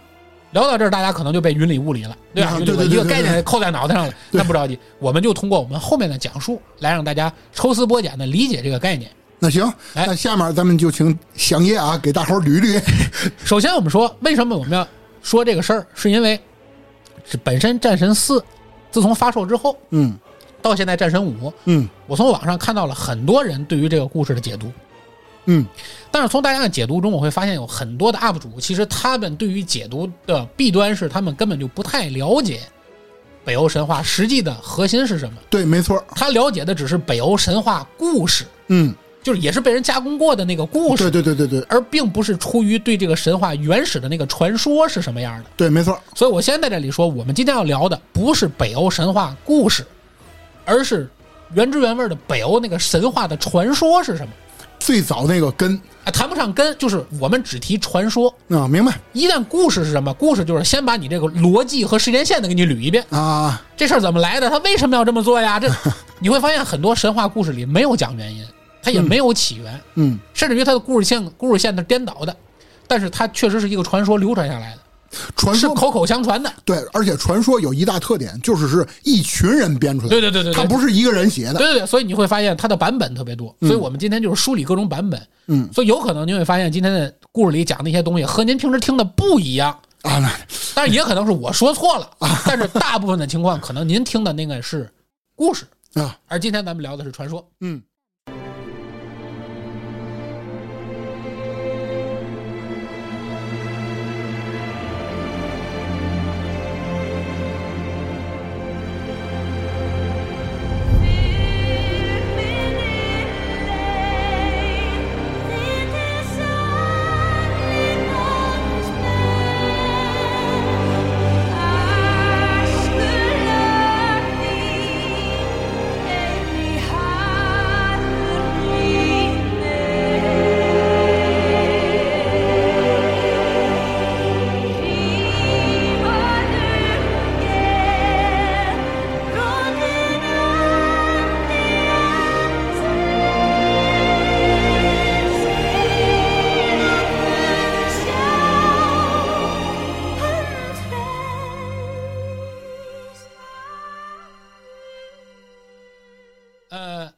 聊到这儿，大家可能就被云里雾里了，对吧？啊云里对雾对里一对个对概念扣在脑袋上了，对那不着急，我们就通过我们后面的讲述来让大家抽丝剥茧的理解这个概念。那行，哎那下面咱们就请祥爷啊给大伙儿捋一 (laughs) 捋。首先，我们说为什么我们要说这个事儿，是因为是本身《战神四》自从发售之后嗯到现在《战神五》，嗯我从网上看到了很多人对于这个故事的解读。嗯但是从大家的解读中，我会发现有很多的 UP 主，其实他们对于解读的弊端是，他们根本就不太了解北欧神话实际的核心是什么。对，没错儿。他了解的只是北欧神话故事，嗯，就是也是被人加工过的那个故对事，对对对对而并不是出于对这个神话原始的那个传说是什么样的。对，没错儿。所以我先在这里说，我们今天要聊的不是北欧神话故事，而是原汁原味的北欧那个神话的传说是什么。最早那个根啊，谈不上根，就是我们只提传说。啊，明白一旦故事是什么？故事就是先把你这个逻辑和时间线的给你捋一遍，啊？这事儿怎么来的？他为什么要这么做 (laughs) 呀？这你会发现很多神话故事里没有讲原因，它也没有起源，嗯，甚至于它的故事线故事线的颠倒的，但是它确实是一个传说流传下来的，传是说口口相传的。对，而且传说有一大特点，就是是一群人编出来的，对对对对对，它不是一个人写的。对对对，所以你会发现它的版本特别多，所以我们今天就是梳理各种版本。嗯所以有可能你会发现今天的故事里讲的一些东西和您平时听的不 (laughs) 一样，啊，那但是也可能是我说 (laughs) 错了，但是大部分的情况可能您听的那个是故事，啊，而今天咱们聊的是传说。嗯呃，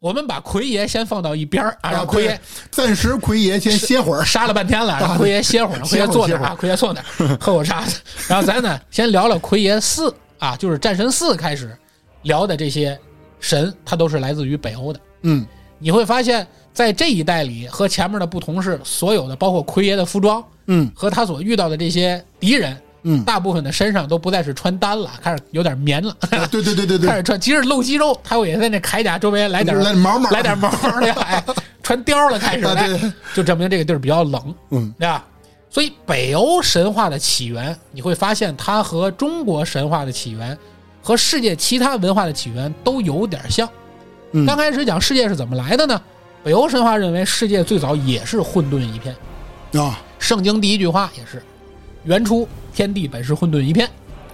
我们把奎爷先放到一边儿啊，啊让奎对爷暂时奎爷先歇会儿，杀了半天了，让奎爷 (laughs) 歇会儿，让奎爷坐那儿啊，奎爷坐那儿喝口茶。 (laughs) 然后咱呢，先聊聊奎爷四啊，就是战神四开始聊的这些神，它都是来自于北欧的。嗯，你会发现在这一代里和前面的不同是，所有的包括奎爷的服装嗯和他所遇到的这些敌人，嗯，大部分的身上都不再是穿单了，开始有点棉了，啊对对对对 (laughs) 开对，始穿，即使露肌肉，他也在那铠甲周围来点来毛毛，来点毛 (laughs) 了呀，哎，穿貂了开始，啊对哎就证明这个地儿比较冷，嗯对吧？所以北欧神话的起源，你会发现它和中国神话的起源和世界其他文化的起源都有点像。嗯刚开始讲世界是怎么来的呢？北欧神话认为世界最早也是混沌一片，啊圣经第一句话也是“原初天地本是混沌一片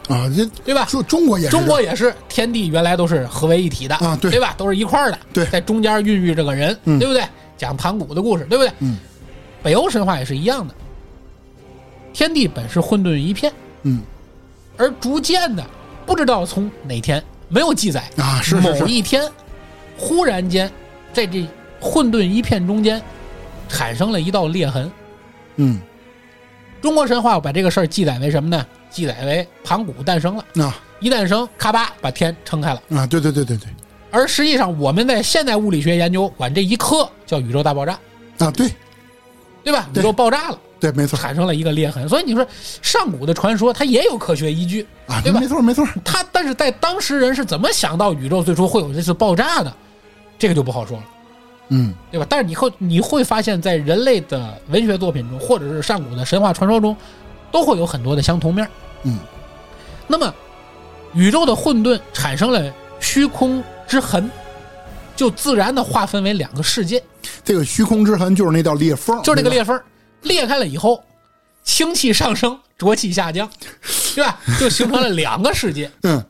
啊，这”，对吧？说中国也是中国也是，天地原来都是合为一体的啊对吧？都是一块儿的，对在中间孕育着个人，嗯对不对？讲盘古的故事，对不对？嗯，北欧神话也是一样的，天地本是混沌一片，嗯而逐渐的，不知道从哪天没有记载，啊是是某是，一天，忽然间，在这混沌一片中间，产生了一道裂痕。嗯中国神话把这个事儿记载为什么呢？记载为盘古诞生了，啊一诞生，咔吧把天撑开了。啊对对对对对而实际上，我们在现代物理学研究管这一刻叫宇宙大爆炸，啊对对吧？宇对宙爆炸了，对没错产生了一个裂痕。所以你说上古的传说，它也有科学依据，啊对吧没错没错，它但是在当时人是怎么想到宇宙最初会有这次爆炸的，这个就不好说了。嗯对吧？但是你后你会发现，在人类的文学作品中，或者是上古的神话传说中，都会有很多的相同面儿。嗯，那么宇宙的混沌产生了虚空之痕，就自然的划分为两个世界，这个虚空之痕就是那道裂缝，就是这对个吧裂缝儿裂开了以后，氢气上升，浊气下降，对吧？就形成了两个世界。嗯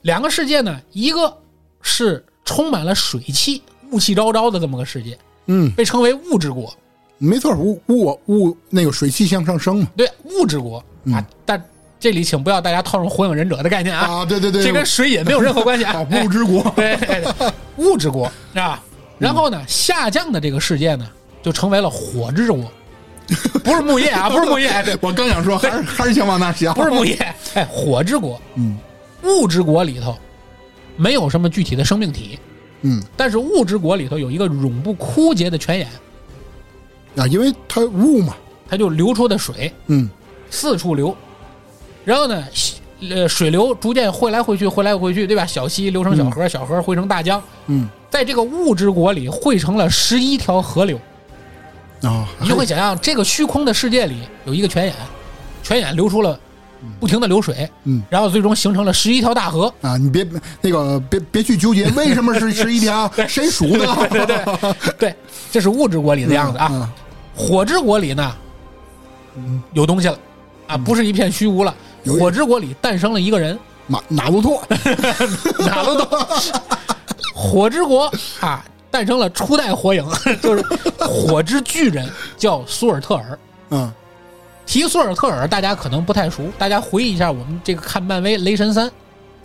两个世界呢，一个是充满了水汽、雾气昭昭的这么个世界，嗯被称为物质国。没错，物物我物那个水汽向上升嘛对，物质国啊嗯，但这里请不要大家套用火影忍者的概念啊，啊对对对，这跟水也没有任何关系啊 (laughs) 啊。哎物之国对对对物质国嗯啊，然后呢，下降的这个世界呢，就成为了火 (laughs) 之国，不是木叶啊，不是木叶，哎对，我刚想说，还是还是想往那儿想，不是木叶，哎，火之国，嗯物质国里头没有什么具体的生命体，嗯但是物质国里头有一个永不枯竭的泉眼，啊，因为它雾嘛，它就流出的水嗯四处流，然后呢，西呃，水流逐渐汇来汇去，汇来汇去，对吧？小溪流成小河，小河汇成大江，嗯在这个物质国里汇成了十一条河流。啊，你就会想象，这个虚空的世界里有一个泉眼，泉眼流出了不停的流水，嗯然后最终形成了十一条 (laughs) 大河。啊，你别那个别别去纠结为什么是十一条，谁数的？对对对，这是物质国里的样子啊。啊，火之国里呢，有东西了啊，不是一片虚无了。嗯有火之国里诞生了一个人， (laughs) 马马路 (laughs) 拓，哪都懂。火之国啊，诞生了初代火影， (laughs) 就是火之巨人，叫苏尔特尔。嗯提苏尔特尔，大家可能不太熟，大家回忆一下我们这个看漫威《雷神三》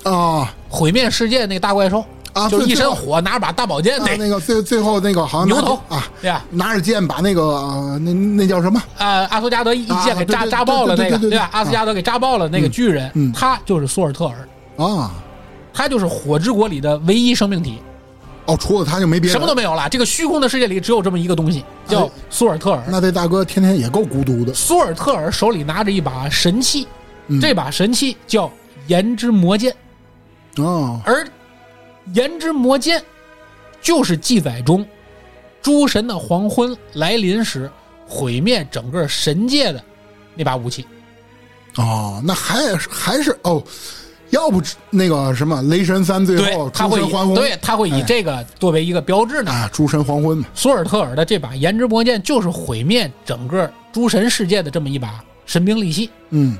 啊毁灭世界那大怪兽，啊，就是最最一身后火，拿把大宝剑啊那那个最最后那个好像拿牛头啊，对吧？拿着剑把那个啊那那叫什么？呃，阿苏加德一啊剑给扎对对扎爆了那个，对对对对吧？阿苏加德给扎爆了那个巨人嗯嗯，他就是苏尔特尔，啊，他就是火之国里的唯一生命体，哦，除了他就没别人，什么都没有了。这个虚空的世界里只有这么一个东西，叫苏尔特尔。啊那这大哥天天也够孤独的，苏尔特尔手里拿着一把神器，嗯这把神器叫炎之魔剑，哦而炎之魔剑就是记载中诸神的黄昏来临时毁灭整个神界的那把武器。哦，那还是还是哦，要不那个什么雷神三最对后，他诸会神以黄昏，对他会以哎这个作为一个标志呢。啊，诸神黄昏嘛，索尔特尔的这把炎之魔剑就是毁灭整个诸神世界的这么一把神兵利器，嗯，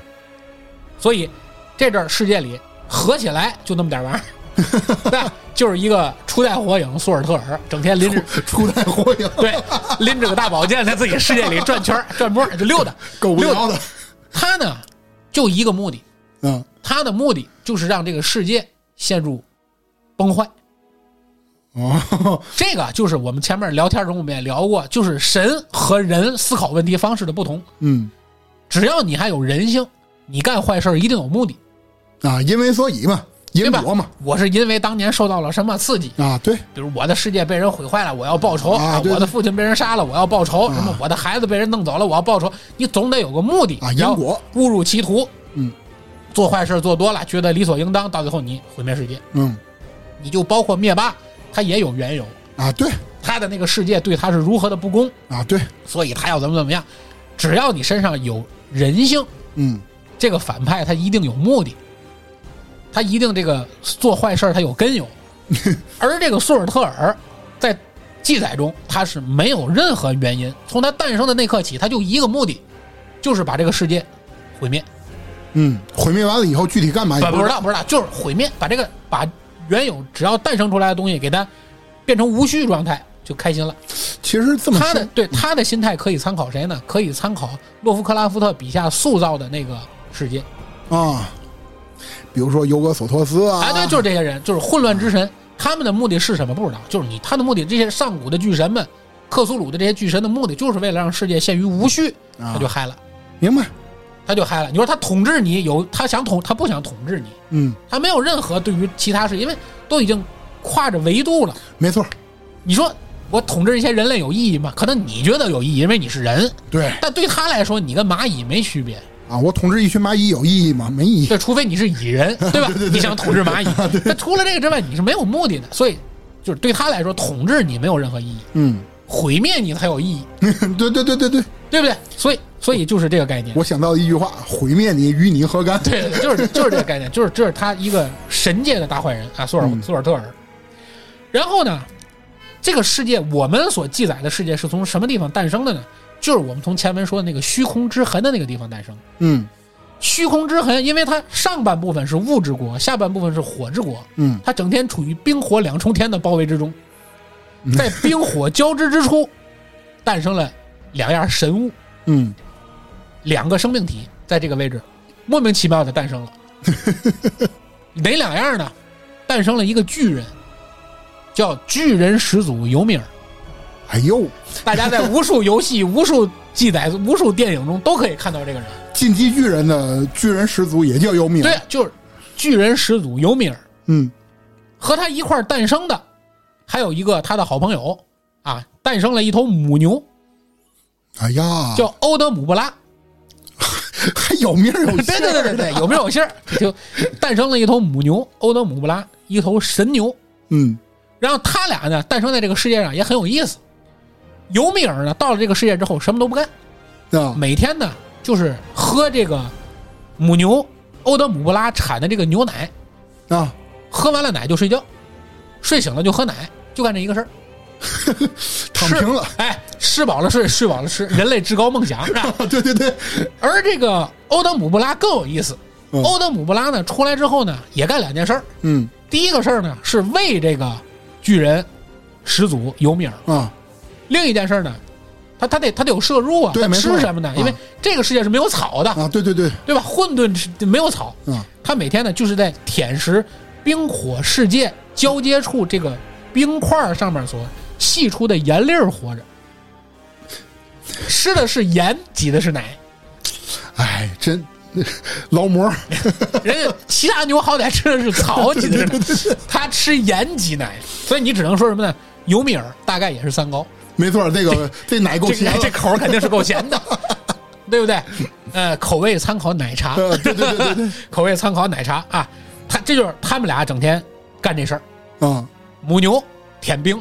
所以这阵儿世界里合起来就那么点 (laughs) 儿玩意儿，对，就是一个初代火影索尔特尔，整 (laughs) 天拎着初代火影对拎着个大宝剑在自己世界里转圈儿转波儿就溜达。 (laughs) 够无聊的，他呢，就一个目的，嗯他的目的就是让这个世界陷入崩坏，哦，这个就是我们前面聊天中我们也聊过，就是神和人思考问题方式的不同。嗯只要你还有人性，你干坏事儿一定有目的，啊，因为所以嘛，因对吧果嘛，？我是因为当年受到了什么刺激，啊，对，比如我的世界被人毁坏了，我要报仇啊对我的父亲被人杀了，我要报仇；啊什么我的孩子被人弄走了，我要报仇。你总得有个目的啊因要果误入歧途，嗯，做坏事做多了，觉得理所应当，到最后你毁灭世界，嗯你就包括灭霸，他也有缘由，啊，对他的那个世界对他是如何的不公，啊，对，所以他要怎么怎么样。只要你身上有人性，嗯这个反派他一定有目的，他一定这个做坏事儿他有根由。而这个索尔特尔在记载中他是没有任何原因，从他诞生的那刻起，他就一个目的，就是把这个世界毁灭。 (laughs) 嗯，毁灭完了以后具体干嘛也哎不不知道道不知道，就是毁灭，把这个把原有只要诞生出来的东西给它变成无序状态。就开心了。其实这么他的说对他的心态可以参考谁呢？可以参考洛夫克拉夫特笔下塑造的那个世界。啊，比如说尤格索托斯啊，哎，对，就是这些人，就是混乱之神，他们的目的是什么？不知道。就是你，他的目的，这些上古的巨神们，克苏鲁的这些巨神的目的，就是为了让世界陷于无序，啊他就嗨了，明白，他就嗨了。你说他统治你，有他想统，他不想统治你，嗯，他没有任何对于其他事，因为都已经跨着维度了。没错，你说我统治这些人类有意义吗？可能你觉得有意义，因为你是人，对但对他来说，你跟蚂蚁没区别。啊，我统治一群蚂蚁有意义吗？没意义，对，除非你是蚁人， (laughs) 对吧？你想统治蚂 (laughs) 蚁，那除了这个之外，你是没有目的的，所以就是对他来说，统治你没有任何意义，嗯， (laughs) 毁灭你才有意义，对对对对对，对不对？所以，所以就是这个概念。我想到一句话，毁灭你与你何干？对，对对就是就是这个概念，就是这是他一个神界的大坏人啊，索尔嗯索尔特尔。然后呢，这个世界我们所记载的世界是从什么地方诞生的呢？就是我们从前文说的那个虚空之痕的那个地方诞生。嗯虚空之痕，因为它上半部分是物之国，下半部分是火之国，嗯他整天处于冰火两重天的包围之中，在冰火交织之初， (laughs) 诞生了两样神物，嗯，两个生命体，在这个位置莫名其妙的诞生了。哪两样呢？诞生了一个巨人，叫巨人始祖尤米尔。哎呦，大家在无数游戏、无数记载、无数电影中都可以看到这个人。进击巨人的巨人始祖也叫幽冥，对，就是巨人始祖尤米尔。嗯和他一块儿诞生的，还有一个他的好朋友啊，诞生了一头母牛，哎呀，叫欧德姆布拉。哦还有名儿有姓儿 (laughs) 对啊对对对对，有没 (laughs) 有信儿？就诞生了一头母牛欧德姆布拉，一头神牛。嗯然后他俩呢，诞生在这个世界上也很有意思。尤米尔呢，到了这个世界之后，什么都不干，啊，每天呢就是喝这个母牛欧德姆布拉产的这个牛奶，啊，喝完了奶就睡觉，睡醒了就喝奶，就干这一个事儿。躺平了， (laughs) 哎，吃饱了睡，睡饱了吃，人类至高梦想。是吧对对对，而这个欧德姆布拉更有意思，嗯欧德姆布拉呢出来之后呢，也干两件事儿。嗯第一个事儿呢是为这个巨人始祖尤米尔，啊，另一件事儿呢，他他得他得有摄入啊，对他没错吃什么呢？因为啊这个世界是没有草的，啊，对对对，对吧？混沌吃没有草，啊，他每天呢就是在舔食冰火世界交接处这个冰块儿上面所析出的盐粒儿活着，吃的是盐，挤的是奶。哎，真劳模， (laughs) 人家其他牛好歹吃的是草，挤的是奶，他吃盐挤奶，所以你只能说什么呢？尤米尔大概也是三高，没错，这个这奶够这咸个了这，口儿肯定是够 (laughs) 咸的，对不对？呃，口味参考奶茶，呃对对对对 (laughs) 口味参考奶茶啊，他这就是他们俩整天干这事儿。对，啊，母牛舔冰，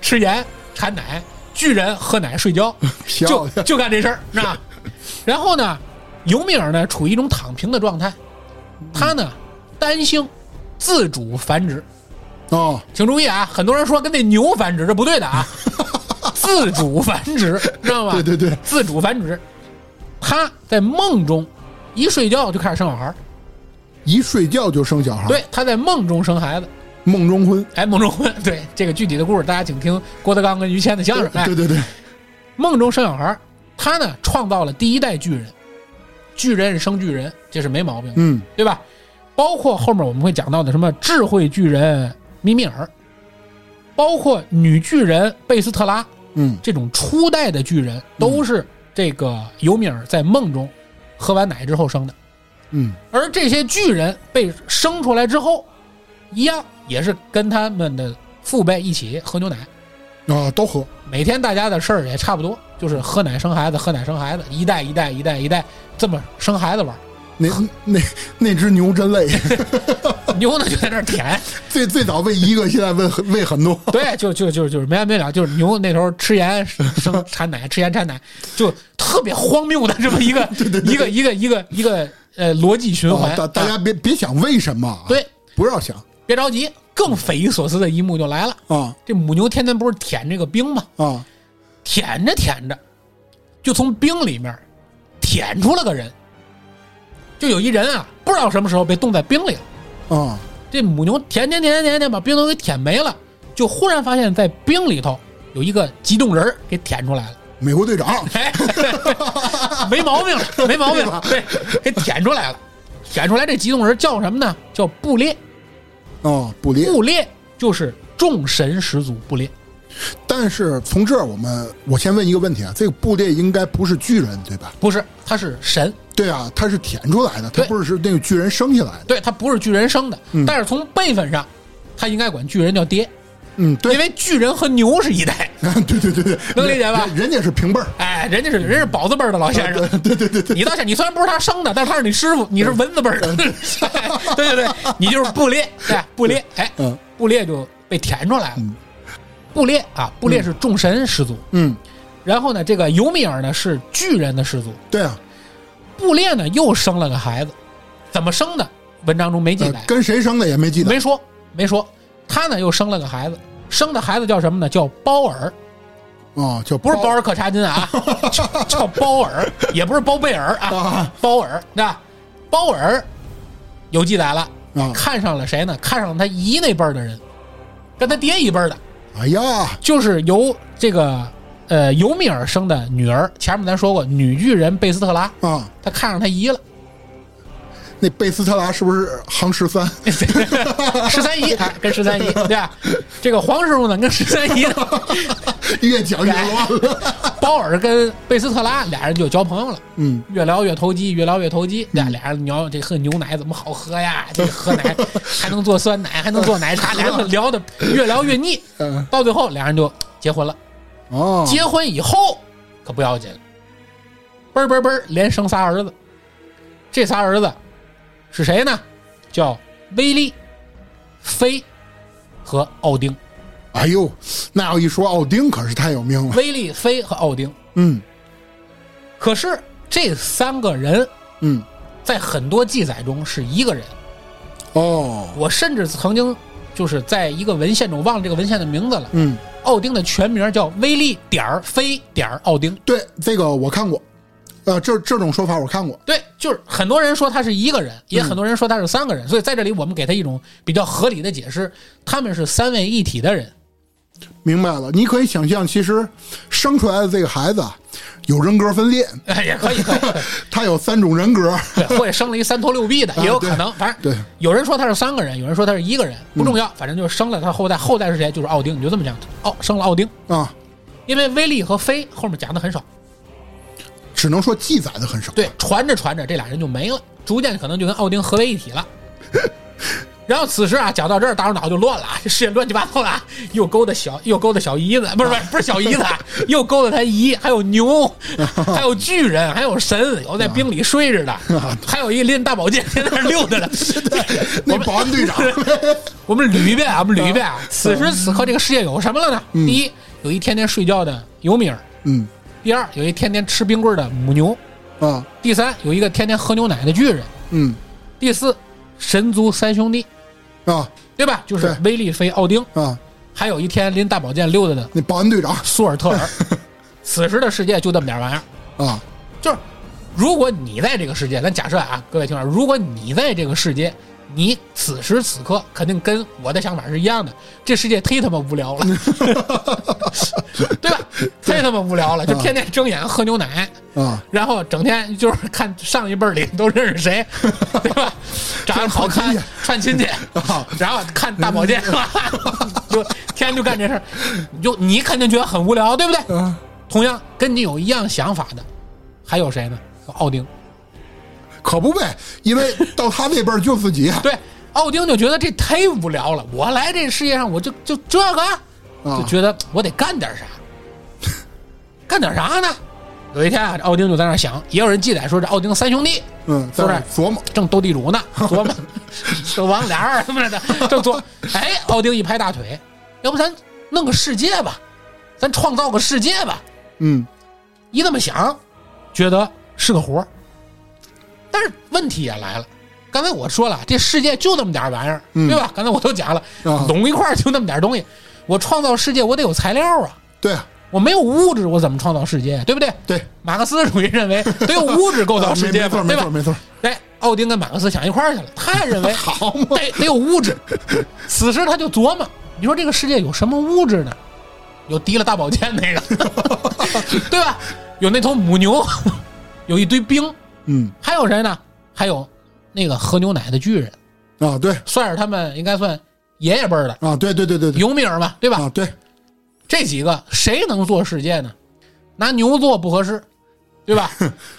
吃盐产奶，巨人喝奶睡觉，漂就 (laughs) 亮，就干这事儿，是吧？然后呢，尤米尔呢处于一种躺平的状态，他呢单性自主繁殖，啊，请注意啊，很多人说跟那牛繁殖，这不对的 (laughs) 啊，自主繁殖，知道吗？对对对，自主繁殖，他在梦中一睡觉就开始生小孩儿，一睡觉就生小孩，，对，他在梦中生孩子。梦中婚，哎，梦中 (laughs) 婚，对这个具体的故事，大家请听郭德纲跟于谦的相声。哎对，对对，梦中生小孩儿，他呢创造了第一代巨人，巨人生巨人，这是没毛病的，嗯对吧？包括后面我们会讲到的什么智慧巨人米米尔，包括女巨人贝斯特拉嗯这种初代的巨人，都是这个尤米尔在梦中喝完奶之后生的。嗯而这些巨人被生出来之后，一样也是跟他们的父辈一起喝牛奶，啊，都喝，每天大家的事儿也差不多，就是喝奶生孩子，喝奶生孩子，一代一代一代一代这么生孩子玩儿。 (laughs) 那那那只牛真累，牛呢就在那儿舔，最最早喂一个，现在喂很喂很多，对，就就就就是没完没了，就是牛那头吃盐生产奶，吃盐产奶，就特别荒谬的这么一 (laughs) 个一个一个一个一个呃逻辑循环。啊大大啊家别别想为什么啊，对，不要想别着急，更匪夷所思的一幕就来了。啊这母牛天天不是舔这个冰吗？啊舔着舔着，就从冰里面舔出了个人。就有一人啊，不知道什么时候被冻在冰里了。啊这母牛舔舔舔舔舔，把冰都给舔没了，就忽然发现，在冰里头有一个急冻人儿给舔出来了。美国队长，哎，没毛病了，没毛病了，对，给舔出来了。 (laughs) 舔出来这激动人叫什么呢？叫布列，啊，布列。布列就是众神始祖布列。但是从这儿我们，我先问一个问题啊，这个布列应该不是巨人对吧？不是，他是神，对啊，他是舔出来的，他对不是是那个巨人生下来的。对他不是巨人生的，嗯但是从辈分上，他应该管巨人叫爹，嗯，对因，为巨人和牛是一代。 (laughs) 对对对对，能理解吧人人家是平辈儿，哎，人家是人是宝字辈儿的老先生， (laughs) 对对对对，你倒是你虽然不是他生的，但是他是你师傅，你是蚊子辈儿 (laughs) 的，哎对对对，你就是布列，对嗯布列，哎，嗯布列就被填出来了。布列啊，布列是众神始祖，嗯，然后呢，这个尤米尔呢是巨人的始祖，对啊，布列呢又生了个孩子，怎么生的？文章中没记呃载，跟谁生的也没记得没说，没说。他呢又生了个孩子，生的孩子叫什么呢？叫包尔，啊，叫不是包包尔克查金啊，叫叫包尔，也不是包贝尔啊啊，包尔。那包尔有记载了，啊，看上了谁呢？看上了他姨那辈儿的人，跟他爹一辈儿的，哎呀，就是由这个呃尤米尔生的女儿。前面咱说过，女巨人贝斯特拉，啊，她看上他姨了，那贝斯特拉是不是行十三？ (laughs) 十三姨，哎，跟十三姨，对吧？这个黄师傅呢，跟十三姨呢，越讲越乱 (laughs) 了。包尔跟贝斯特拉俩人就交朋友了。嗯越聊越投机，越聊越投机。俩俩人聊这喝牛奶怎么好喝呀？这喝奶还能做酸奶，还能做奶茶，俩人聊的越聊越腻。嗯，到最后，俩人就结婚了。哦，结婚以后可不要紧，嘣儿嘣儿嘣儿，连生仨儿子。这仨儿子是谁呢？叫威利、菲和奥丁。哎呦，那要一说奥丁可是太有名了。威利、菲和奥丁。嗯可是这三个人嗯，在很多记载中是一个人。哦，我甚至曾经就是在一个文献中忘了这个文献的名字了。嗯，奥丁的全名叫威利点儿菲点儿奥丁。对，这个我看过，呃，这这种说法我看过。对，就是很多人说他是一个人，也很多人说他是三个人，所以在这里我们给他一种比较合理的解释，他们是三位一体的人。明白了，你可以想象，其实生出来的这个孩子啊有人格分裂，哎，也 (laughs) 可以，可以可以他有三种人格。 (laughs) 对，或者生了一三头六臂的，也有可能。反正对，有人说他是三个人，有人说他是一个人，不重要，反正就是生了他后代，后代是谁就是奥丁，你就这么讲。哦，生了奥丁，啊，因为威利和菲后面讲的很少，只能说记载的很少。对，传着传着，这俩人就没了，逐渐可能就跟奥丁合为一体了。然后此时啊，讲到这儿，大众脑就乱了啊，这事情乱七八糟了啊，又勾搭小，又勾搭小姨子，不是不是不是小姨子啊，又勾搭他姨，还有牛，还有巨人，还有神，有在冰里睡着的，啊还有一拎大宝剑在那儿 (laughs) 溜达的。那保安 (laughs) 队长， (laughs) 嗯我们捋一遍啊，我们捋一遍啊。此时此刻，这个世界有什么了呢？第一，有一天天睡觉的尤米尔；嗯第二，有一天天吃冰棍儿的母牛；啊第三，有一个天天喝牛奶的巨人。嗯第四，神族三兄弟，啊对吧？就是对威利、菲、奥丁，啊，还有一天拎大宝剑溜达的那保安队长苏尔特尔。此时的世界就这么点玩意儿，啊，啊就是如果你在这个世界，咱假设啊，各位听众，如果你在这个世界，你此时此刻肯定跟我的想法是一样的，这世界忒他妈无聊了，对吧？忒他妈无聊了，就天天睁眼喝牛奶，啊，然后整天就是看上一辈儿里都认识 (laughs) 谁，对吧？长得好看，串亲戚，啊然后看大 (laughs) 保健，就天天就干这事儿，你就你肯定觉得很无聊，对不对？啊，同样跟你有一样想法的，还有谁呢？奥丁，可不呗，因为到他那辈儿就自 (laughs) 己啊，对，奥丁就觉得这忒无聊了，我来这世界上我就就这个，啊啊就觉得我得干点啥，干点啥呢？有一天啊，这奥丁就在那儿想，也有人记载说这奥丁三兄弟嗯，在那儿琢磨，正斗地主 (laughs) 呢，琢磨这王俩二什么的，正琢磨。哎，奥丁一拍大腿，要不咱弄个世界吧，咱创造个世界吧。嗯，一这么想，觉得是个活儿。但是问题也来了，刚才我说了，这世界就那么点儿玩意儿，嗯对吧？刚才我都讲了，啊拢一块儿就那么点儿东西。我创造世界，我得有材料啊，对啊，我没有物质，我怎么创造世界？对不对？对，马克思主义认为得有物质构造啊世没 (laughs) 没界嘛，错，对没吧错，？没错，哎，奥丁跟马克思想一块儿去了，他认为好得得有物质。此时他就琢磨，你说这个世界有什么物质呢？有提了大宝剑那个， (laughs) 对吧？有那头母牛，有一堆冰，嗯，还有谁呢？还有那个喝牛奶的巨人，啊，对，算是他们应该算爷爷辈儿的啊，对对对对对，尤米尔嘛，对吧？啊，对，这几个谁能做世界呢？拿牛做不合适，对吧？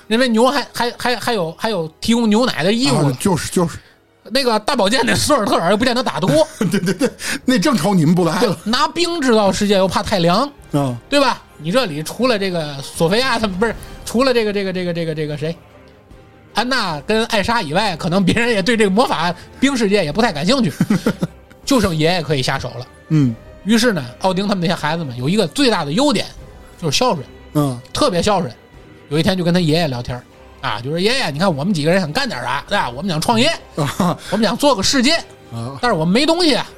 因为牛还还还还有还有提供牛奶的义务呢啊，就是就是， (laughs) 那个大保健那索尔特尔又不见得打得过，对对对，那正愁你们不来就了拿冰制造世界又怕太凉，啊，对吧？你这里除了这个索菲亚他们不是，除了这个这个这个这个这个谁，安娜跟艾莎以外，可能别人也对这个魔法冰世界也不太感兴趣，就剩爷爷可以下手了。嗯于是呢，奥丁他们那些孩子们有一个最大的优点，就是孝顺，嗯特别孝顺。有一天就跟他爷爷聊天儿啊，就说爷爷，你看我们几个人想干点啥，对吧？我们想创业，啊我们想做个世界，啊，但是我们没东西，啊，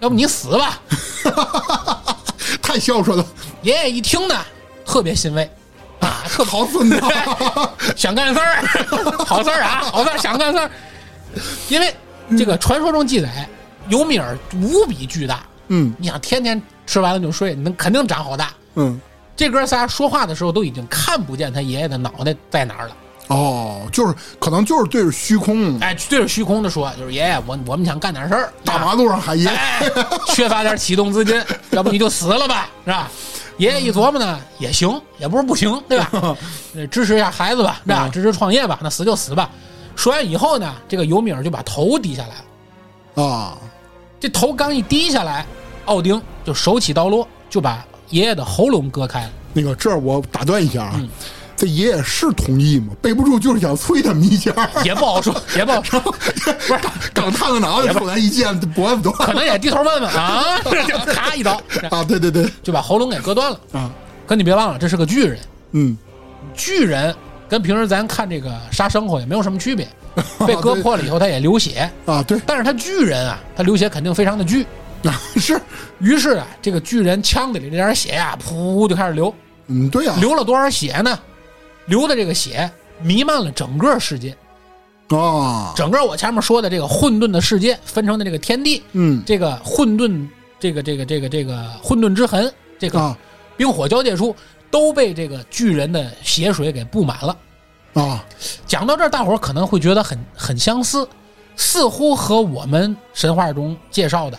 要不你死吧。 (laughs) 太孝顺了，爷爷一听呢，特别欣慰，啊，特别好孙子 (laughs) 想干事儿，好事儿啊，好事儿，想干事儿。因为这个传说中记载，尤米尔无比巨大，嗯你想天天吃完了就睡，你能肯定长好大。嗯，这哥仨说话的时候都已经看不见他爷爷的脑袋在哪儿了，哦，就是可能就是对着虚空，哎，对着虚空的说，就是爷爷，我我们想干点事儿，大马路上喊爷，哎， (laughs) 缺乏点启动资 (laughs) 金，要不你就死了吧，是吧？爷爷一琢磨呢，也行，也不是不行，对 (laughs) 吧？呃支持一下孩子吧，是吧？嗯支持创业吧，那死就死吧。说完以后呢，这个尤米尔就把头低下来了。啊，这头刚一低下来，奥丁就手起刀落，就把爷爷的喉咙割 (laughs) 开了。那个这儿我打断一下嗯啊。这爷爷是同意吗？备不住就是想催他们一下， (laughs) 也不好说， (laughs) 也不好说，不是，刚探个脑袋出来一见，脖子都可能也低头问问 (laughs) 啊，就咔一刀啊，对对对，就把喉咙给割断了。啊，可你别忘了，这是个巨人，嗯，巨人跟平时咱看这个杀牲口也没有什 (laughs) 么区别，被割破了以后它也流血，啊，对， (laughs) 但是它巨人啊，它流血肯定非常的巨。啊是，于是啊，这个巨人腔子里这点血呀、噗就开始流，嗯，对啊，流了多少血呢？流的这个血弥漫了整个世界，啊，整个我前面说的这个混沌的世界分成的这个天地，嗯，这个混沌，这个这个这个这个混沌之痕，这个啊冰火交界处都被这个巨人的血水给布满了。啊，讲到这儿，大伙儿可能会觉得很很相似，似乎和我们神话中介绍的，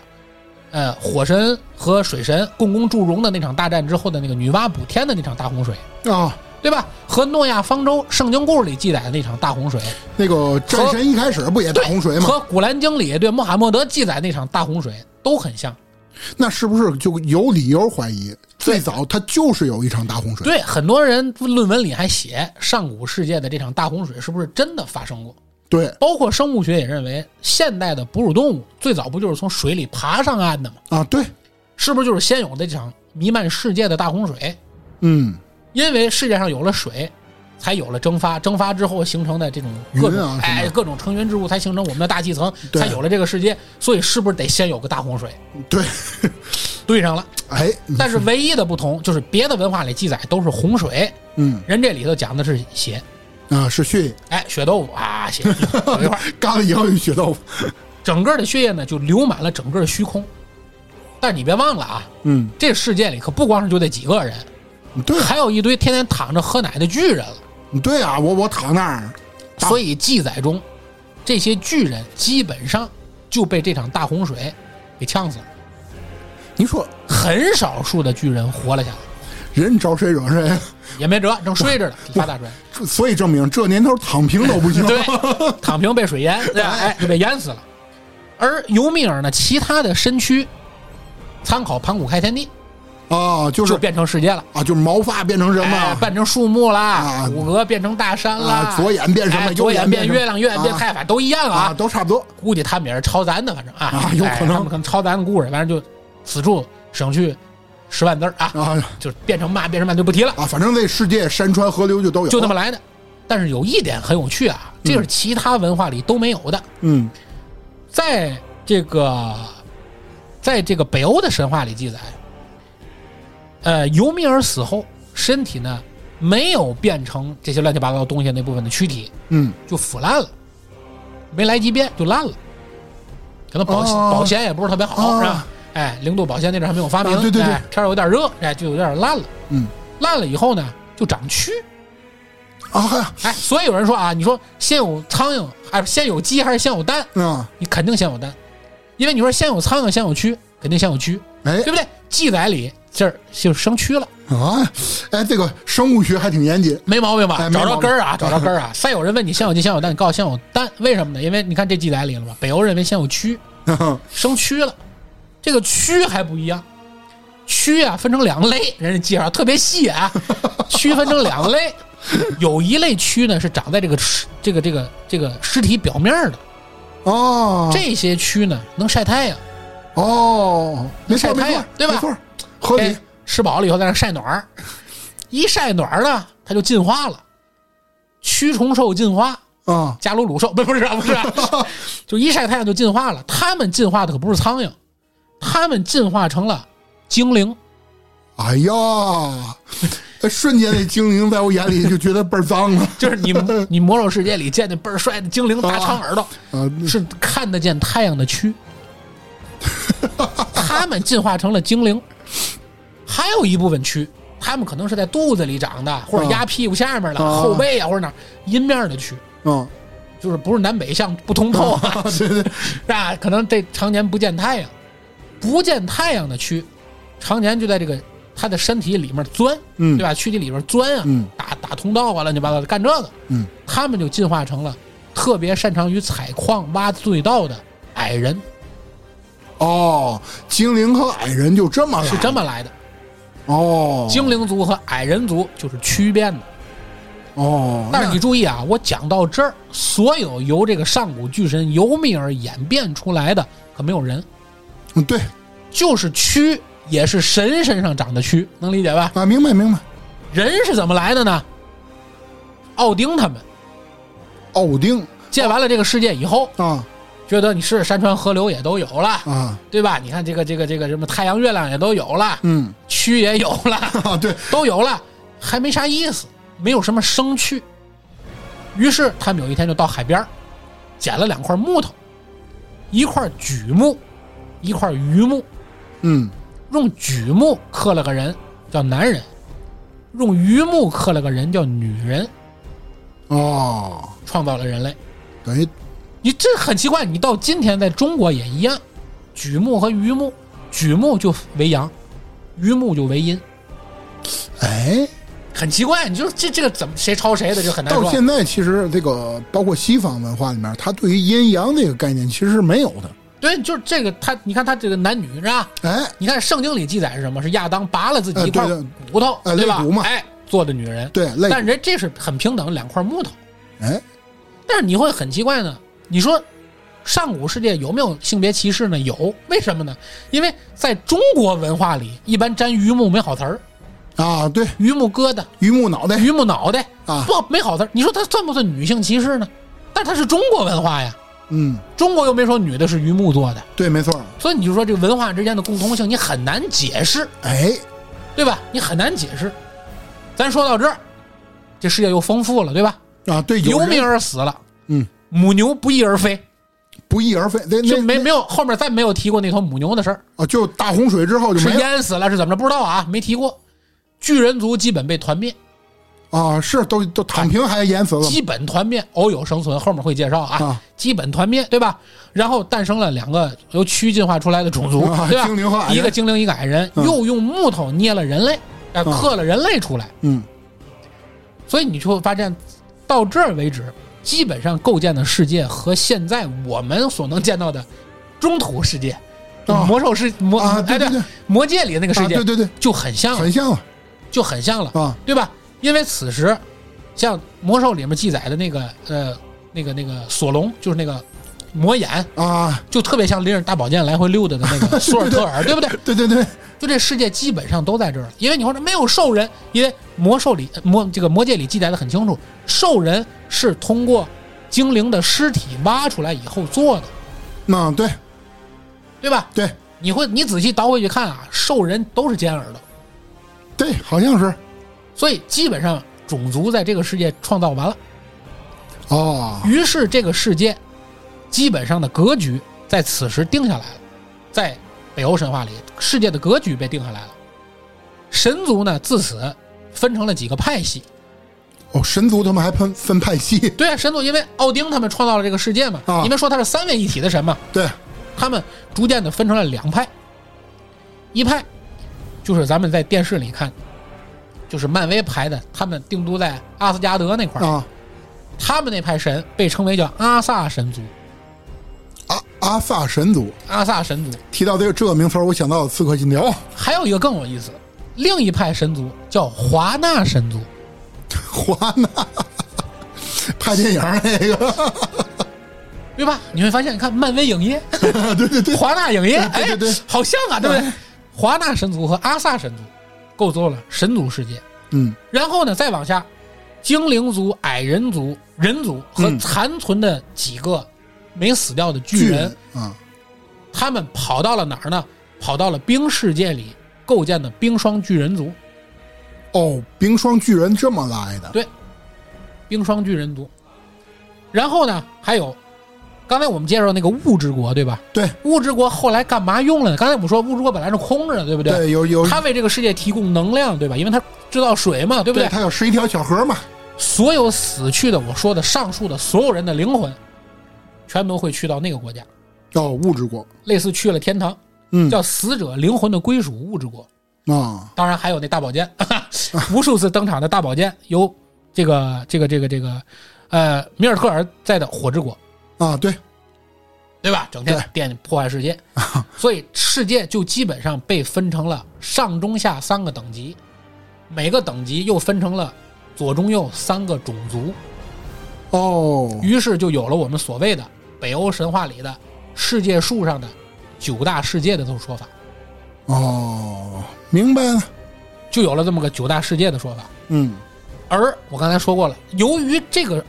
呃，火神和水神共工祝融的那场大战之后的那个女娲补天的那场大洪水，啊，对吧？和诺亚方舟圣经故事里记载的那场大洪水，那个战神一开始不也大洪水吗？和古兰经里对穆罕默德记载那场大洪水都很像。那是不是就有理由怀疑，最早它就是有一场大洪水？对，很多人论文里还写上古世界的这场大洪水是不是真的发生过？对包括生物学也认为，现代的哺乳动物最早不就是从水里爬上岸的吗？啊，对，是不是就是先有的这场弥漫世界的大洪水？嗯，因为世界上有了水，才有了蒸发，蒸发之后形成的这种各云种、啊什么哎的各种成云之物，才形成我们的大气层，对才有了这个世界。所以是不是得先有个大洪水？对，对 (laughs) 上了。哎，你但是唯一的不同就是别的文化里记载都是洪水，嗯人这里头讲的是血。啊，是血 (laughs) 哎，血豆腐啊，血有一块儿干了以后就血豆腐整个的血液呢就流满了整个虚空。但你别忘了啊，嗯，这世界里可不光是就这几个人，对啊还有一堆天天躺着喝奶的巨人了。对啊，我我躺那儿，大所以记载中，这些巨人基本上就被这场大洪水给呛死了，你说很少数的巨人活了下来，人招谁惹谁？也没辙，正睡着呢，拉大水，这所以证明这年头躺平都不行。对，躺平被水淹，对吧哎，就被淹死了。而尤米尔呢，其他的身躯参考盘古开天地，啊，就就是变成世界了。啊，就是毛发变成什么、哎，变成树木啦啊，骨骼变成大山啦啊，，左眼变什么哎右左眼眼变变什么月亮，月亮变啊太阳，都一样啊，都差不多。估计他们也是抄咱的，反正啊，啊有可哎能他们可能抄咱的故事，反正就此处省去十万字儿啊，啊就变成嘛变成嘛就不提了，啊，反正这世界山川河流就都有，就这么来的。但是有一点很有趣啊，这是其他文化里都没有的，嗯在这个在这个北欧的神话里记载，呃，尤米尔死后身体呢没有变成这些乱七八糟东西那部分的躯体，嗯，就腐烂了，没来及变就烂了，可能保鲜、哦保鲜也不是特别好，哦是吧？哎，零度保鲜那阵儿还没有发明，啊对对对哎天儿有点热，哎，就有点烂了。嗯，烂了以后呢，就长蛆。啊嗨，哎，所以有人说啊，你说先有苍蝇，还是先有鸡，还是先有蛋？啊，你肯定先有蛋，因为你说先有苍蝇，先有蛆，肯定先有蛆，哎对不对？记载里这儿就生蛆了，啊，哎，这个生物学还挺严谨 (laughs) 没毛病吧？哎没找毛病着根儿啊，找着根 (laughs) 儿啊！再有人问你先有鸡，先有蛋，你告诉我先有蛋，为什么呢？因为你看这记载里了吧，北欧认为先有蛆，啊生蛆了。这个蛆还不一样，蛆啊分成两类，人家介绍特别细啊，蛆分成两类，有一类蛆呢是长在这个尸这个这个这个尸体表面的，哦，这些蛆呢能晒太阳，哦，没错晒没太阳错，对吧没错，合哎理。吃饱了以后在那晒暖儿，一晒暖儿呢它就进化了，蛆虫兽进化。啊加鲁鲁兽，不是不是啊不是啊，就一晒太阳就进化了。他们进化的可不是苍蝇，他们进化成了精灵。哎呀，哎瞬间那精灵在我眼里就觉得倍儿脏了 (laughs) 啊就是你你魔兽世界里见那倍儿帅的精灵大长耳朵，啊！是看得见太阳的蛆。他们进化成了精灵，还有一部分蛆，他们可能是在肚子里长的，或者啊压屁股下面的、啊后背啊，或者哪儿阴面的蛆，啊，就是不是南北向不通透 (laughs) 啊，对对，是吧？可能这常年不见太阳，不见太阳的蛆，常年就在这个他的身体里面钻，嗯对吧？躯体里面钻啊，嗯打打通道啊，乱七八糟的干这个，嗯，他们就进化成了特别擅长于采矿、挖隧道的矮人，哦，精灵和矮人就这么来是这么来的。哦，精灵族和矮人族就是区变的。哦，但是你注意啊，我讲到这儿，所有由这个上古巨神尤米尔演变出来的，可没有人，那嗯对就是蛆，也是神身上长的蛆，能理解吧？啊，明白明白。人是怎么来的呢？奥丁他们奥丁见完了这个世界以后，啊觉得你是山川河流也都有了，啊，对吧？你看这个这个这个什么太阳、月亮也都有了，嗯蛆也有了， (laughs) 啊，对，都有了，还没啥意思，没有什么生趣。于是他们有一天就到海边儿，捡了两块木头，一块榉木，一块榆木，嗯用榉木刻了个人叫男人，用榆木刻了个人叫女人，哦，创造了人类。等于你这很奇怪，你到今天在中国也一样，榉木和榆木，榉木就为阳，榆木就为阴，哎，很奇怪。你就这这个怎么谁抄谁的就很难到说。现在其实这个包括西方文化里面，它对于阴阳这个概念其实是没有的。对，就是这个他，你看他这个男女是吧？哎，你看圣经里记载是什么？是亚当拔了自己哎一块对对骨头，哎对吧肋骨？嘛哎，做的女人。对，类但人这是很平等，两块木头。哎，但是你会很奇怪呢，你说上古世界有没有性别歧视呢？有，为什么呢？因为在中国文化里，一般沾榆木没好词儿，啊，对，榆木疙瘩、榆木脑袋榆木脑袋啊，不没好词儿。你说它算不算女性歧视呢？但它是中国文化呀，嗯，中国又没说女的是榆木做的，对，没错。所以你就说这个文化之间的共同性，你很难解释，哎，对吧？你很难解释。咱说到这儿，这世界又丰富了，对吧？啊，对，有尤人米尔死了，嗯，母牛不翼而飞，不翼而飞。那那就没没有后面再没有提过那头母牛的事儿，啊，就大洪水之后就是没了淹死了是怎么着不知道啊，没提过。巨人族基本被团灭，啊，是都都躺平还淹死了基本团灭，偶有生存，后面会介绍啊。啊基本团灭，对吧？然后诞生了两个由蛆进化出来的种族，啊对吧？精灵和矮人一个精灵，一个矮人，嗯又用木头捏了人类，呃，嗯刻了人类出来。嗯所以你就会发现，到这儿为止，基本上构建的世界和现在我们所能见到的中土世界、啊魔兽世魔啊，哎对对对，魔界里那个世啊界对对对，就很像了，很像了就很像了，啊对吧？因为此时，像魔兽里面记载的那个呃那个那个索隆，就是那个魔眼，啊，就特别像拎着大宝剑来回溜达的那个索尔特尔，对不 (laughs) 对？对对对，就这世界基本上都在这儿了，因为你说这没有兽人，因为魔兽里呃魔这个魔界里记载的很清楚，兽人是通过精灵的尸体挖出来以后做的，那嗯对对吧？对你会你仔细倒回去看啊，兽人都是尖耳朵，对，好像是所以基本上种族在这个世界创造完了，哦于是这个世界基本上的格局在此时定下来了，在北欧神话里，世界的格局被定下来了。神族呢，自此分成了几个派系。哦，神族他们还分分派系，对啊，神族因为奥丁他们创造了这个世界嘛，啊因为说他是三位一体的神嘛，对他们逐渐的分成了两派，一派就是咱们在电视里看，就是漫威排的，他们定都在阿斯加德那块儿，啊他们那派神被称为叫阿萨神族，阿阿萨神族。阿萨神族。提到这个这个名词儿，我想到了《刺客信条》 (laughs) 还有一个更有意思，另一派神族叫华纳神族，华纳拍电影儿那 (laughs) 个，对吧？你会发现，你看漫威影业， (laughs) 对对对，华纳影业，对对对哎，好像啊，对不对？华纳神族和阿萨神族构造了神族世界，嗯然后呢，再往下，精灵族、矮人族、人族和嗯残存的几个没死掉的巨人，巨人啊，他们跑到了哪儿呢？跑到了冰世界里构建的冰霜巨人族，哦，冰霜巨人这么来的，对冰霜巨人族。然后呢，还有，刚才我们介绍那个物之国，对吧？对物之国后来干嘛用了呢？刚才我们说物之国本来是空着的，对不对？对，有有，它为这个世界提供能量，对吧？因为它制造水嘛，对不对，他有十一条小河嘛，所有死去的，我说的上述的所有人的灵魂，全都会去到那个国家，哦，物质国，类似去了天堂，嗯叫死者灵魂的归属物之国。啊，当然还有那大宝剑， (laughs) 无数次登场的大宝剑，由这个这个这个这个，呃，米尔特尔在的火之国，啊，对，对吧？整天对惦破坏世界，所以世界就基本上被分成了上中下三个等级，每个等级又分成了左中右三个种族。哦，于是就有了我们所谓的北欧神话里的世界树上的九大世界的这种说法，哦，明白了，就有了这么个九大世界的说法。嗯，而我刚才说过了，由于这个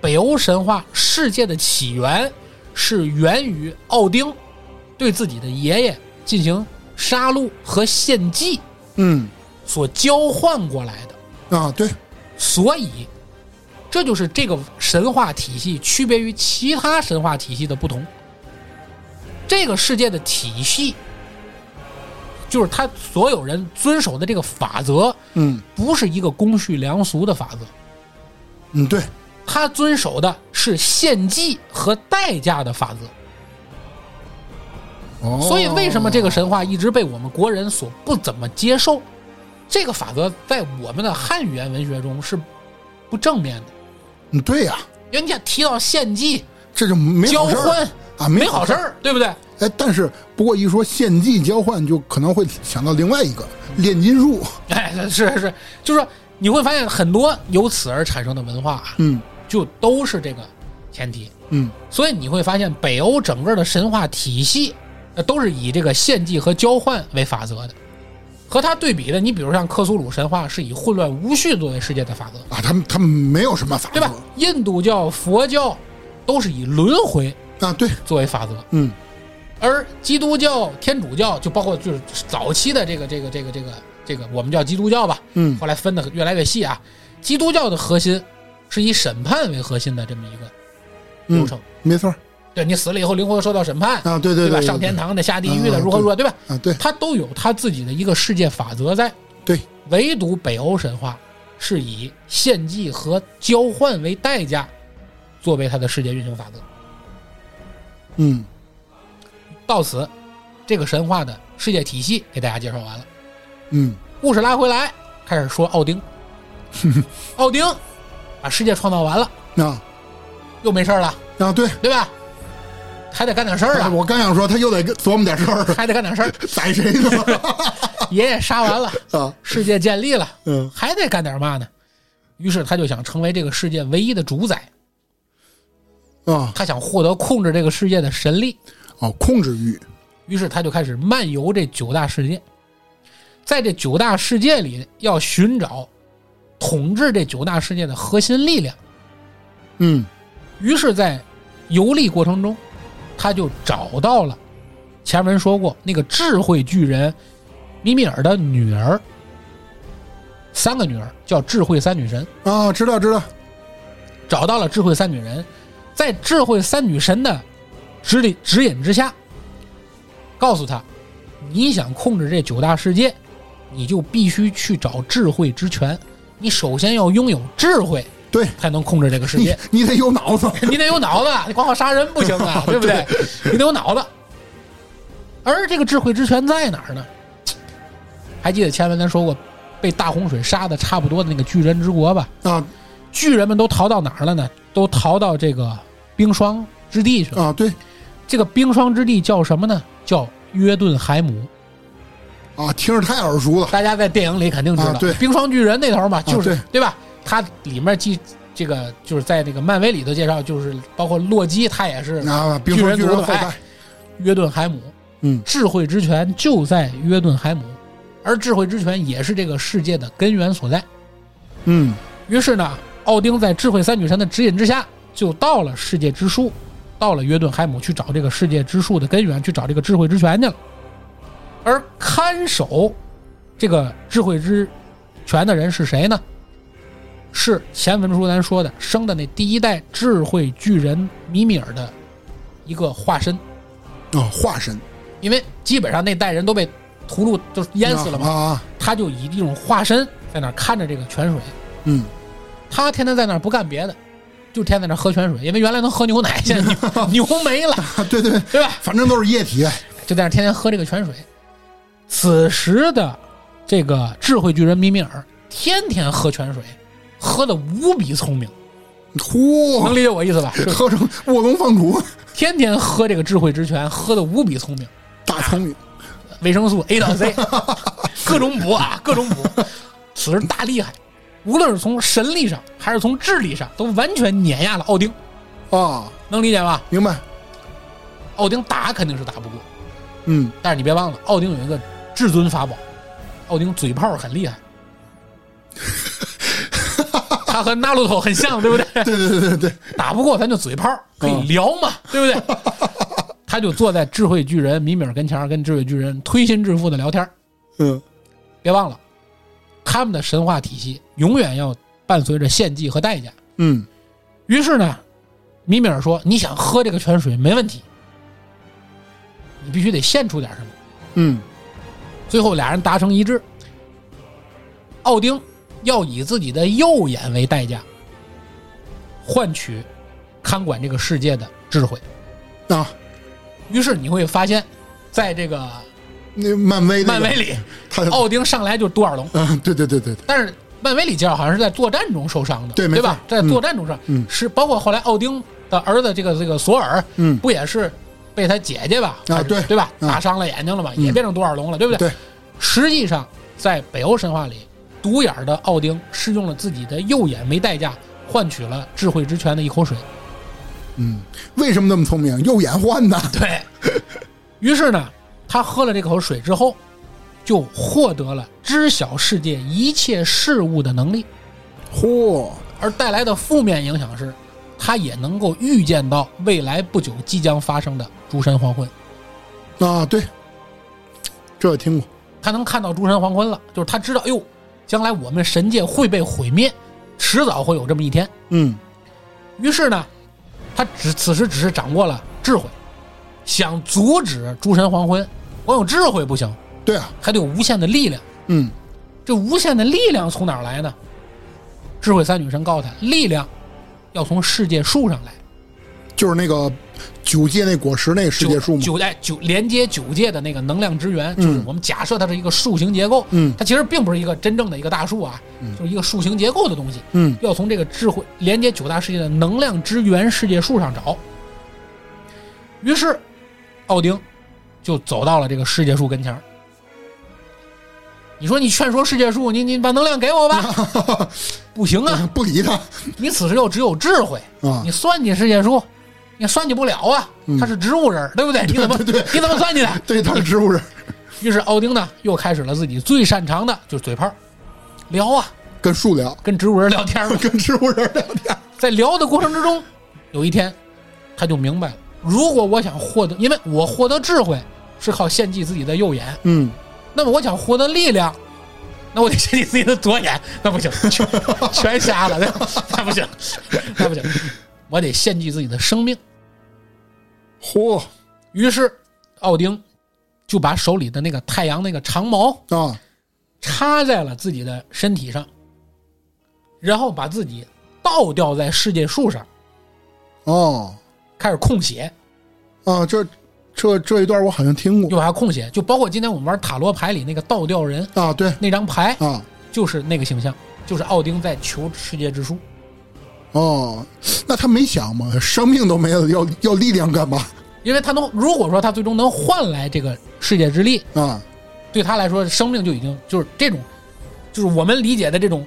北欧神话世界的起源是源于奥丁对自己的爷爷进行杀戮和献祭嗯，所交换过来的，啊，对，所以这就是这个神话体系区别于其他神话体系的不同。这个世界的体系，就是他所有人遵守的这个法则，嗯不是一个公序良俗的法则，嗯，对，他遵守的是献祭和代价的法则。哦，所以，为什么这个神话一直被我们国人所不怎么接受？这个法则在我们的汉语言文学中是不正面的。嗯，对呀，人家提到献祭、这就没交好事儿换，啊，没没好好事儿，对不对？ (laughs) 哎，但是不过一说献祭交换，就可能会想到另外一个炼金术。哎，是是是，就是说你会发现很多由此而产生的文化啊，嗯就都是这个前提。嗯所以你会发现，北欧整个的神话体系，呃，都是以这个献祭和交换为法则的。和它对比的，你比如像克苏鲁神话是以混乱无序作为世界的法则，啊，他们他们没有什么法则，对吧？印度教、佛教都是以轮回啊，对，作为法则，嗯而基督教、天主教就包括就是早期的这个这个这个这个这个我们叫基督教吧，嗯后来分的越来越细啊。基督教的核心是以审判为核心的这么一个流嗯程，，没错儿，对你死了以后灵魂受到审判啊对对对吧？对对上天堂的、下地狱嗯的，嗯如何如何，对吧？啊，对它都有它自己的一个世界法则在，对，唯独北欧神话是以献祭和交换为代价，作为它的世界运行法则。嗯，到此，这个神话的世界体系给大家介绍完了。嗯，故事拉回来，开始说 (laughs) 奥丁。奥丁把世界创造完了，啊又没事儿了，啊，对，对吧？还得干点事 (laughs) 儿啊，我刚想说他又得跟琢磨点事儿，还得干点事儿。宰谁呢？ (laughs) 爷爷杀完了，啊，世界建立了，嗯，还得干点嘛呢？于是他就想成为这个世界唯一的主宰，啊，他想获得控制这个世界的神力。哦，控制欲，于是他就开始漫游这九大世界，在这九大世界里要寻找统治这九大世界的核心力量。嗯于是，在游历过程中，他就找到了前文说过那个智慧巨人米米尔的女儿，三个女儿叫智慧三女神，啊，知道知道，找到了智慧三女人，在智慧三女神的指里指引之下，告诉他，你想控制这九大世界，你就必须去找智慧之泉，你首先要拥有智慧，对才能控制这个世你 (laughs) 界。你得有脑子，你得有脑子，你光靠杀人不行啊，对不对？你得有脑子。而这个智慧之泉在哪儿呢？还记得前文咱说过，被大洪水杀的差不多的那个巨人之国吧？啊巨人们都逃到哪儿了呢？都逃到这个冰霜之地去了。啊，对这个冰霜之地叫什么呢？叫约顿海姆。啊，听着太耳熟了，大家在电影里肯定知道，啊对啊冰霜巨人那头嘛，就是、对吧？他里面记这个就是在那个漫威里头介绍，就是包括洛基，他也是啊，冰巨封人巨族人的的后后代代，约顿海姆。嗯智慧之泉就在约顿海姆，而智慧之泉也是这个世界的根源所在。嗯于是呢，奥丁在智慧三女神的指引之下，就到了世界之树，到了约顿海姆去找这个世界之树的根源，去找这个智慧之泉去了。而看守这个智慧之泉的人是谁呢？是前文书咱说的生的那第一代智慧巨人米米尔的一个化身，啊，化身因为基本上那代人都被屠戮，就是淹死了嘛，啊啊，他就以一种化身在那儿看着这个泉水，嗯他天天在那儿不干别的，就天天在那儿喝泉水，因为原来能喝牛奶，现在 (laughs) 牛牛没了，啊，对对，对对吧？反正都是液体，哎就在那儿天天喝这个泉水。此时的这个智慧巨人米米尔天天喝泉水，喝的无比聪明，能嚯，理解我意思吧？是喝成卧龙凤雏，天天喝这个智慧之泉，喝的无比聪明。大聪明，维生素 A 到 Z，各种补啊，各种补，此人大厉害。无论是从神力上还是从智力上，都完全碾压了奥丁，啊，能理解吧？明白，奥丁打肯定是打不过，嗯但是你别忘了，奥丁有一个至尊法宝，奥丁嘴炮很厉害，他和纳鲁头很像，对不对？对对对对对，打不过咱就嘴炮，可以聊嘛，对不对？他就坐在智慧巨人米米尔跟前儿，跟智慧巨人推心置腹的聊天儿。嗯别忘了，他们的神话体系永远要伴随着献祭和代价。嗯于是呢，米米尔说：“你想喝这个泉水没问题，你必须得献出点什么。嗯”最后俩人达成一致，奥丁要以自己的右眼为代价，换取看管这个世界的智慧。啊，于是你会发现，在这 (laughs) 个那漫威那漫个威里，他奥丁上来就独眼龙。啊，对对对对对，但是漫威里介绍好像是在作战中受伤的，对对没吧？错在作战中上，嗯是包括后来奥丁的儿子这个这个索尔，嗯不也是被他姐姐吧？还是对对吧？嗯打伤了眼睛了嘛，也变成独眼龙了，对不对？对，实际上，在北欧神话里，独眼的奥丁是用了自己的右眼为代价，换取了智慧之泉的一口水。嗯，为什么那么聪明？右眼换的，对 (laughs) 于是呢，他喝了这口水之后，就获得了知晓世界一切事物的能力。嚯，而带来的负面影响是，他也能够预见到未来不久即将发生的诸神黄昏。啊，对，这听过，他能看到诸神黄昏了，就是他知道，哎呦，将来我们神界会被毁灭，迟早会有这么一天。嗯于是呢，他只此时只是掌握了智慧，想阻止诸神黄昏，我有智慧不行，对啊，还得有无限的力量。嗯，这无限的力量从哪儿来呢？智慧三女神告诉他，力量要从世界树上来。就是那个九界那果实那个世界树嘛，九哎九连接九界的那个能量之源，就是我们假设它是一个树形结构，嗯它其实并不是一个真正的一个大树啊，就是一个树形结构的东西，嗯要从这个智慧连接九大世界的能量之源世界树上找。于是，奥丁就走到了这个世界树跟前儿。你说你劝说世界树，你你把能量给 (laughs) 我吧，不行啊！不理他你此时又只有智慧，啊你，算计世界树，你算计不了啊！他是植物人儿，对不对？你怎么 (laughs) 你怎么算计的？ (laughs) 对，他是植物人，于是奥丁呢，又开始了自己最擅长的，就是嘴炮，聊啊，跟树聊，跟植物人聊天嘛。跟植物人聊天，在聊的过程之中，有一天，他就明白了，如果我想获得，因为我获得智慧是靠献祭自己的右眼，嗯，那么我想获得力量，那我得献祭自己的左眼，那不行，全 (laughs) 全瞎了， (laughs) 那那不行，那不行，我得献祭自己的生命。嚯于是，奥丁就把手里的那个太阳那个长矛啊，插在了自己的身体上，然后把自己倒吊在世界树上，哦开始控血。啊，这这这一段我好像听过又还空血，就包括今天我们玩塔罗牌里那个倒吊人啊，对那张牌，啊，就是那个形象，就是奥丁在求世界之书。哦，那他没想吗？生命都没有，要要力量干嘛因为他能，如果说他最终能换来这个世界之力，啊？对他来说，生命就已经就是这种，就是我们理解的这种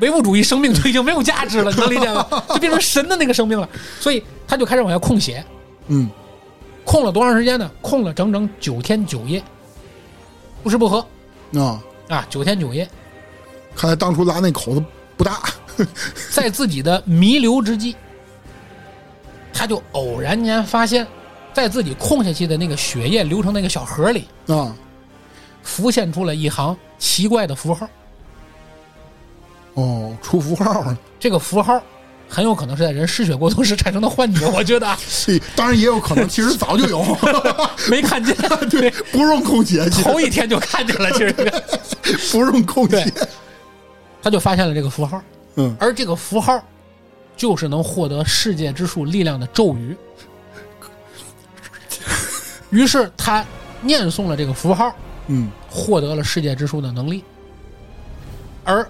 唯物主义生命就已经没有价值了，你能理解吗？就变成神的那个生命了。所以他就开始往下控血，嗯，控了多长时间呢？控了整整九天九夜，不吃不喝啊，啊，九天九夜，看来当初拉那口子不大，在自己的弥留之际，他就偶然间发现，在自己空下去的那个血液流成那个小河里，啊，浮现出了一行奇怪的符号。哦，出符号了，这个符号很有可能是在人失血过多时产生的幻觉，我觉得啊嘿当然也有可能，其实早就有， (laughs) 没看见，对，不用空姐，其实头一天就看见了。其实这个，不用空姐，对他就发现了这个符号，嗯，而这个符号就是能获得世界之树力量的咒语。于是他念诵了这个符号，嗯，获得了世界之书的能力，而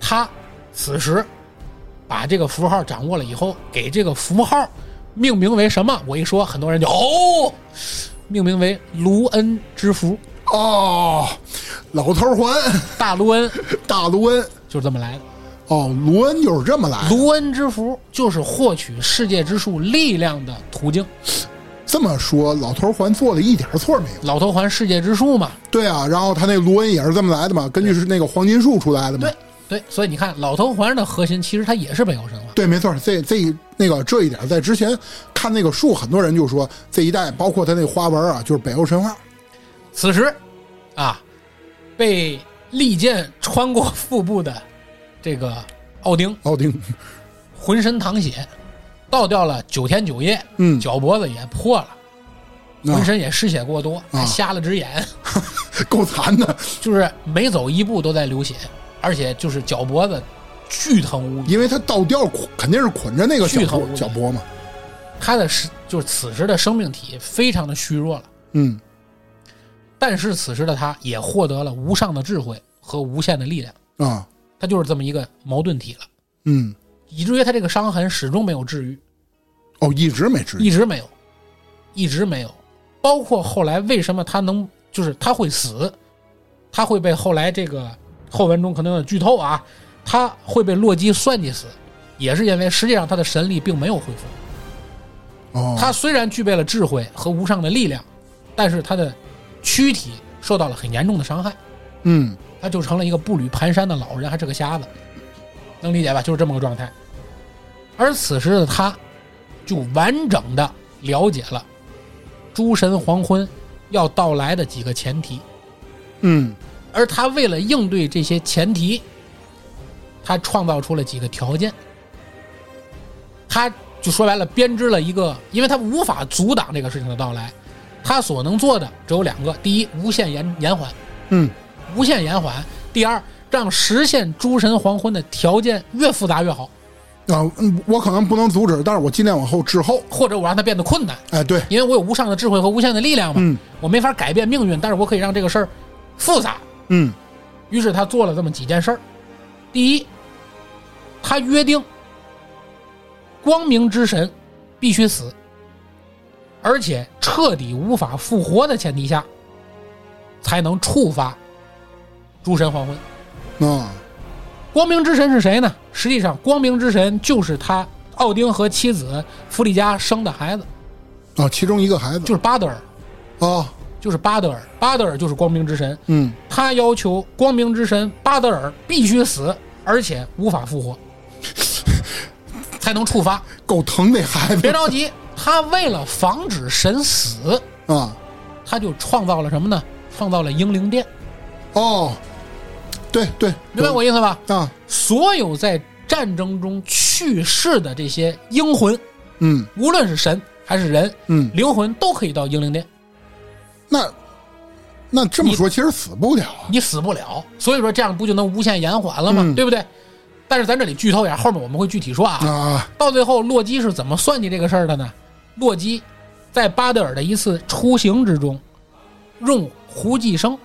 他此时把这个符号掌握了以后，给这个符号命名为什么？我一说，很多人就哦，命名为卢恩之符，哦，老头环，大卢恩大卢恩，就是这么来的。哦，卢恩就是这么来的。卢恩之符就是获取世界之树力量的途径。这么说，老头环做的一点错没有。老头环世界之树嘛，对啊，然后他那卢恩也是这么来的嘛，根据是那个黄金树出来的嘛。对对，所以你看，老头环的核心其实它也是北欧神话。对，没错，这这一那个这一点，在之前看那个树，很多人就说这一代，包括它那花纹啊，就是北欧神话。此时，啊，被利剑穿过腹部的这个奥丁奥丁，浑身淌血，倒掉了九天九夜，嗯脚脖子也破了，浑身也失血过多，还啊瞎了只眼， (laughs) 够残的，就是每走一步都在流血，而且就是脚脖子巨疼无比。因为它倒吊捆肯定是捆着那个巨小头脖小脖嘛。他的是就是此时的生命体非常的虚弱了，嗯，但是此时的他也获得了无上的智慧和无限的力量，啊，他就是这么一个矛盾体了。嗯，以至于他这个伤痕始终没有治愈，哦，一直没治愈。一直没有，一直没有。包括后来为什么他能，就是他会死，他会被后来这个后文中可能有剧透啊，他会被洛基算计死，也是因为实际上他的神力并没有恢复。哦，他虽然具备了智慧和无上的力量，但是他的躯体受到了很严重的伤害，嗯，他就成了一个步履蹒跚的老人，还是个瞎子，能理解吧？就是这么个状态。而此时的他，就完整的了解了诸神黄昏要到来的几个前提，嗯，而他为了应对这些前提，他创造出了几个条件。他就说白了，编织了一个，因为他无法阻挡这个事情的到来，他所能做的只有两个：第一，无限延延缓，嗯，无限延缓；第二，让实现诸神黄昏的条件越复杂越好，啊，嗯我可能不能阻止，但是我尽量往后滞后。哦或者我让它变得困难，哎，对，因为我有无上的智慧和无限的力量嘛，嗯我没法改变命运，但是我可以让这个事儿复杂。嗯于是他做了这么几件事儿：第一，他约定光明之神必须死，而且彻底无法复活的前提下，才能触发诸神黄昏。啊，光明之神是谁呢？实际上，光明之神就是他奥丁和妻子弗里加生的孩子，啊，其中一个孩子就是巴德尔，啊，就是巴德尔，巴德尔就是光明之神。嗯，他要求光明之神巴德尔必须死，而且无法复活， (laughs) 才能触发。够疼那孩子别着急，他为了防止神死，啊，他就创造了什么呢？创造了英灵殿，哦，对对，明白我意思吧？啊，所有在战争中去世的这些英魂，嗯无论是神还是人，嗯，灵魂都可以到英灵殿，那那这么说，其实死不了啊，你死不了。所以说这样不就能无限延缓了吗？嗯对不对？但是咱这里剧透一下，后面我们会具体说啊。啊，到最后，洛基是怎么算计这个事儿的呢？洛基在巴德尔的一次出行之中，用胡寄生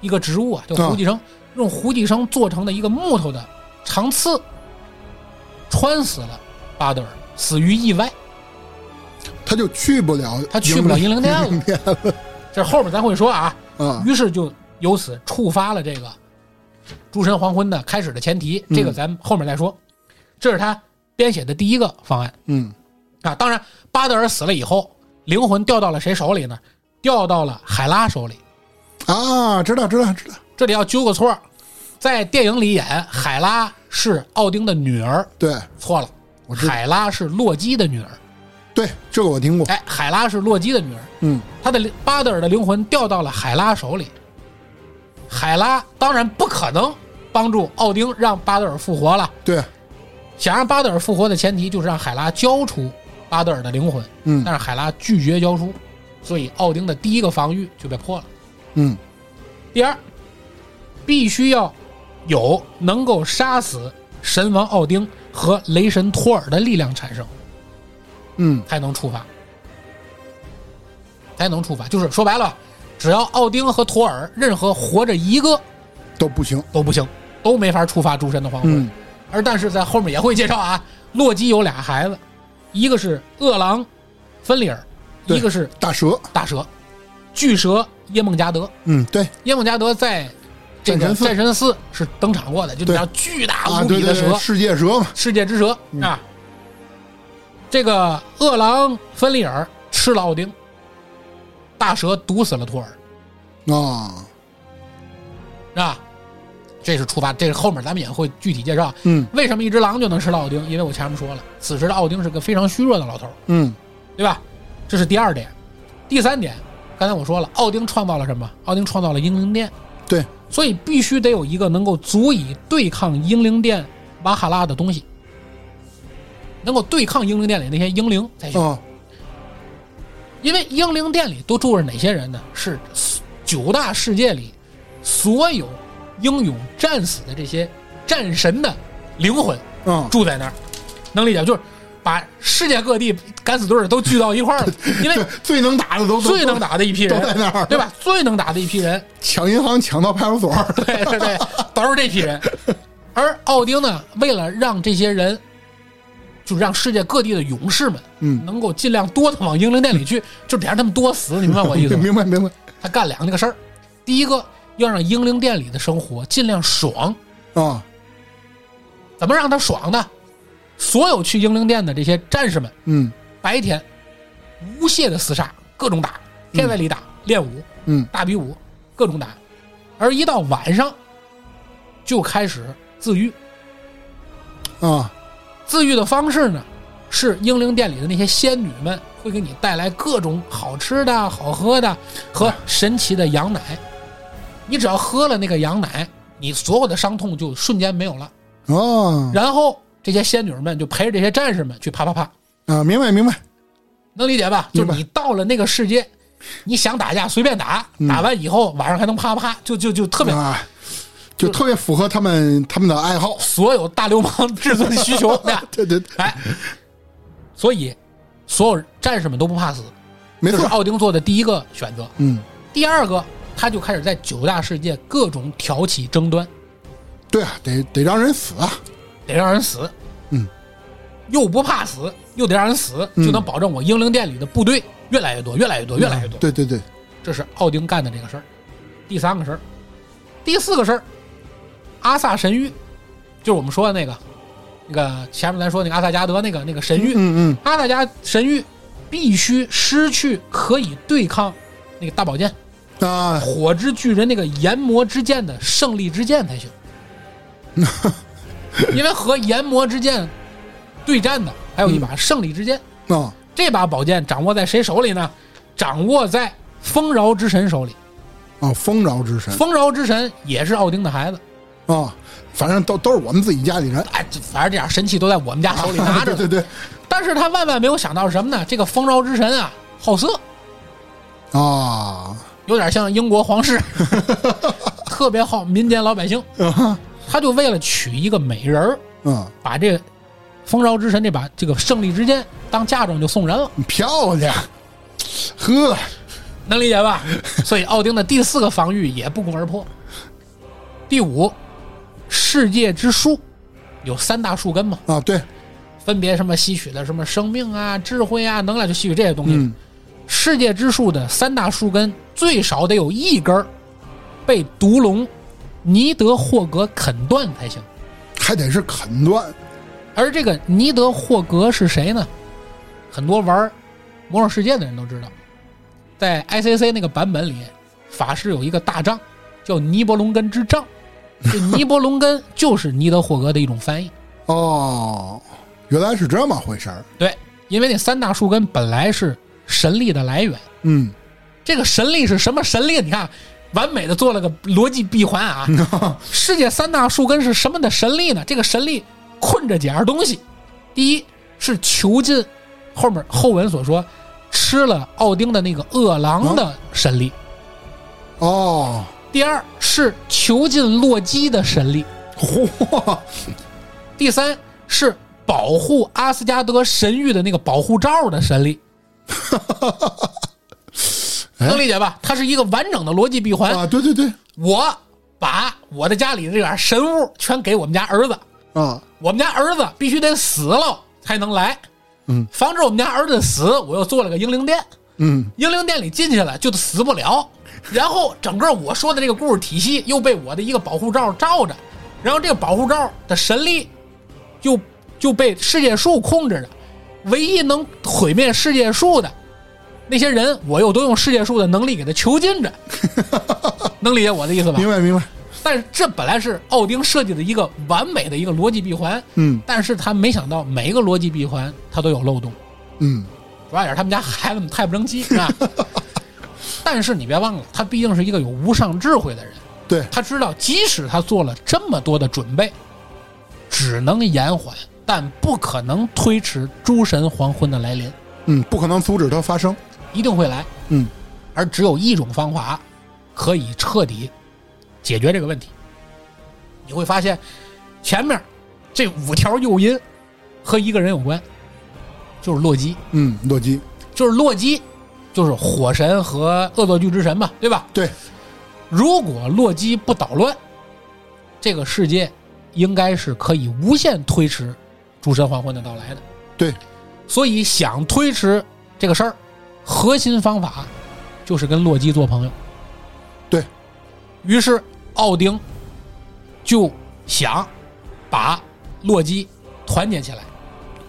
一个植物啊，叫啊胡寄生，用胡寄生做成的一个木头的长刺，穿死了巴德尔，死于意外。他就去不了，他去不了英灵殿了英灵殿这后面咱会说啊。啊，于是就由此触发了这个诸神黄昏的开始的前提，嗯这个咱们后面再说。这是他编写的第一个方案。嗯啊，当然，巴德尔死了以后，灵魂掉到了谁手里呢？掉到了海拉手里。啊，知道知道知道，这里要纠个错儿，在电影里演海拉是奥丁的女儿，对错了，我知道海拉是洛基的女儿。对，这个我听过，哎，海拉是洛基的女儿，嗯他的灵巴德尔的灵魂掉到了海拉手里。海拉当然不可能帮助奥丁让巴德尔复活了，对，想让巴德尔复活的前提就是让海拉交出巴德尔的灵魂。嗯但是海拉拒绝交出，所以奥丁的第一个防御就被破了。嗯第二，必须要有能够杀死神王奥丁和雷神托尔的力量产生，嗯才能触发，才能触发。就是说白了，只要奥丁和托尔任何活着一个都不行，都不行，都没法触发诸神的黄昏。嗯而但是在后面也会介绍啊，洛基有俩孩子，一个是饿狼芬里尔，对一个是大蛇，大蛇，巨蛇耶梦加德。嗯对耶梦加德在这个战神四战神四是登场过的，就对叫巨大啊无对比对的蛇，对，世界蛇嘛，世界之蛇嗯啊。这个饿狼芬利尔吃了奥丁，大蛇毒死了托尔，啊，是吧？这是出发，这是后面咱们也会具体介绍。嗯为什么一只狼就能吃到奥丁？因为我前面说了，此时的奥丁是个非常虚弱的老头儿，嗯对吧？这是第二点。第三点，刚才我说了，奥丁创造了什么？奥丁创造了英灵殿，对，所以必须得有一个能够足以对抗英灵殿瓦哈拉的东西，能够对抗英灵殿里那些英灵才行。啊因为英灵殿里都住着哪些人呢？是九大世界里所有英勇战死的这些战神的灵魂啊，住在那儿，能理解吗？就是把世界各地敢死队儿都聚到一块儿了，因对为，最能打的都最能打的一批都在人，那儿，对吧？最能打的一批人，抢银行抢到派出所，对对对，都是这批人。而奥丁呢，为了让这些人，就让世界各地的勇士们，嗯能够尽量多的往英灵殿里去，就得让他们多死，你明白我意思 (laughs) 吗？明白明白他干两个事儿，第一个要让英灵殿里的生活尽量爽，啊，怎么让他爽呢？所有去英灵殿的这些战士们，嗯白天无懈的厮杀，各种打，天外里打，练武，嗯大比武，各种打，而一到晚上就开始自愈。啊，自愈的方式呢，是英灵殿里的那些仙女们会给你带来各种好吃的、好喝的和神奇的羊奶。你只要喝了那个羊奶，你所有的伤痛就瞬间没有了。啊，然后这些仙女们就陪着这些战士们去啪啪啪，啊，明白明白，能理解吧？就明是白你到了那个世界，你想打架随便打，嗯打完以后晚上还能啪啪，就就就特别啊，就特别符合他们他们的爱好。所有大流氓 (laughs) 至尊 (laughs) 需求，对吧对对，对哎，所以所有战士们都不怕死，没这是错，奥丁做的第一个选择。嗯，第二个，他就开始在九大世界各种挑起争端，对啊，得得让人死啊，得让人死，嗯，又不怕死，又得让人死，嗯就能保证我英灵殿里的部队越来越多，越来越多，越来越多。嗯对对对，这是奥丁干的这个事儿。第三个事儿，第四个事儿，阿萨神域，就是我们说的那个，那个前面咱说那个阿萨加德那个那个神域，嗯嗯，阿萨加神域必须失去可以对抗那个大宝剑啊，火之巨人那个炎魔之剑的胜利之剑 (laughs) 才行，因为和炎魔之剑对战的还有一嗯把胜利之剑，啊，这把宝剑掌握在谁手里呢？掌握在丰饶之神手里。啊，丰饶之神丰饶之神也是奥丁的孩子，啊，反正都都是我们自己家里人，哎，这反正这点神器都在我们家手里拿 (laughs) 着呢。啊对对对， (laughs) 但是他万万没有想到是什么呢？这个丰饶之神啊，好色，啊，有点像英国 (laughs) 皇室，特别好民间老百姓。啊，他就为了娶一个美人儿，嗯，把这丰饶之神这把这个胜利之剑当嫁妆就送人了，漂亮，呵，能理解吧？所以奥丁的第四个防御也不攻而破。第五，世界之树有三大树根嘛，啊，对，分别什么吸取了什么生命啊、智慧啊、能量，就吸取这些东西。嗯世界之树的三大树根最少得有一根儿被毒龙尼德霍格啃断才行。还得是啃断，而这个尼德霍格是谁呢？很多玩《魔兽世界》的人都知道，在 ICC 那个版本里，法师有一个大杖叫尼伯龙根之杖，这尼伯龙根就是尼德霍格的一种翻译。哦，原来是这么回事儿，对，因为那三大树根本来是神力的来源，嗯，这个神力是什么神力？你看，完美的做了个逻辑闭环啊！世界三大树根是什么的神力呢？这个神力困着几样东西，第一是囚禁，后面后文所说吃了奥丁的那个饿狼的神力；哦，第二是囚禁洛基的神力；嚯，第三是保护阿斯加德神域的那个保护罩的神力。哎能理解吧？它是一个完整的逻辑闭环。啊，对对对，我把我的家里这点神物全给我们家儿子，啊， (laughs) 我们家儿子必须得死了才能来。嗯，防止我们家儿子死，我又做了个英灵殿，嗯，英灵殿里进去了就死不了。然后整个我说的这个故事体系又被我的一个保护罩罩着，然后这个保护罩的神力就就被世界树控制着，唯一能毁灭世界树的那些人，我又都用世界树的能力给他囚禁着，能理解我的意思吧？明白明白，但是这本来是奥丁设计的一个完美的一个逻辑闭环，嗯但是他没想到每一个逻辑闭环它都有漏洞，嗯，主要也是他们家孩子们太不争气，是吧？但是你别忘了，他毕竟是一个有无上智慧的人，对，他知道即使他做了这么多的准备，只能延缓，但不可能推迟诸神黄昏的来临，嗯，不可能阻止它发生，一定会来，嗯，而只有一种方法可以彻底解决这个问题。你会发现，前面这五条诱因和一个人有关，就是洛基，嗯，洛基，就是洛基，就是火神和恶作剧之神嘛，对吧？对，如果洛基不捣乱，这个世界应该是可以无限推迟诸神黄昏的到来的。对，所以想推迟这个事儿，核心方法就是跟洛基做朋友。对于是，奥丁就想把洛基团结起来。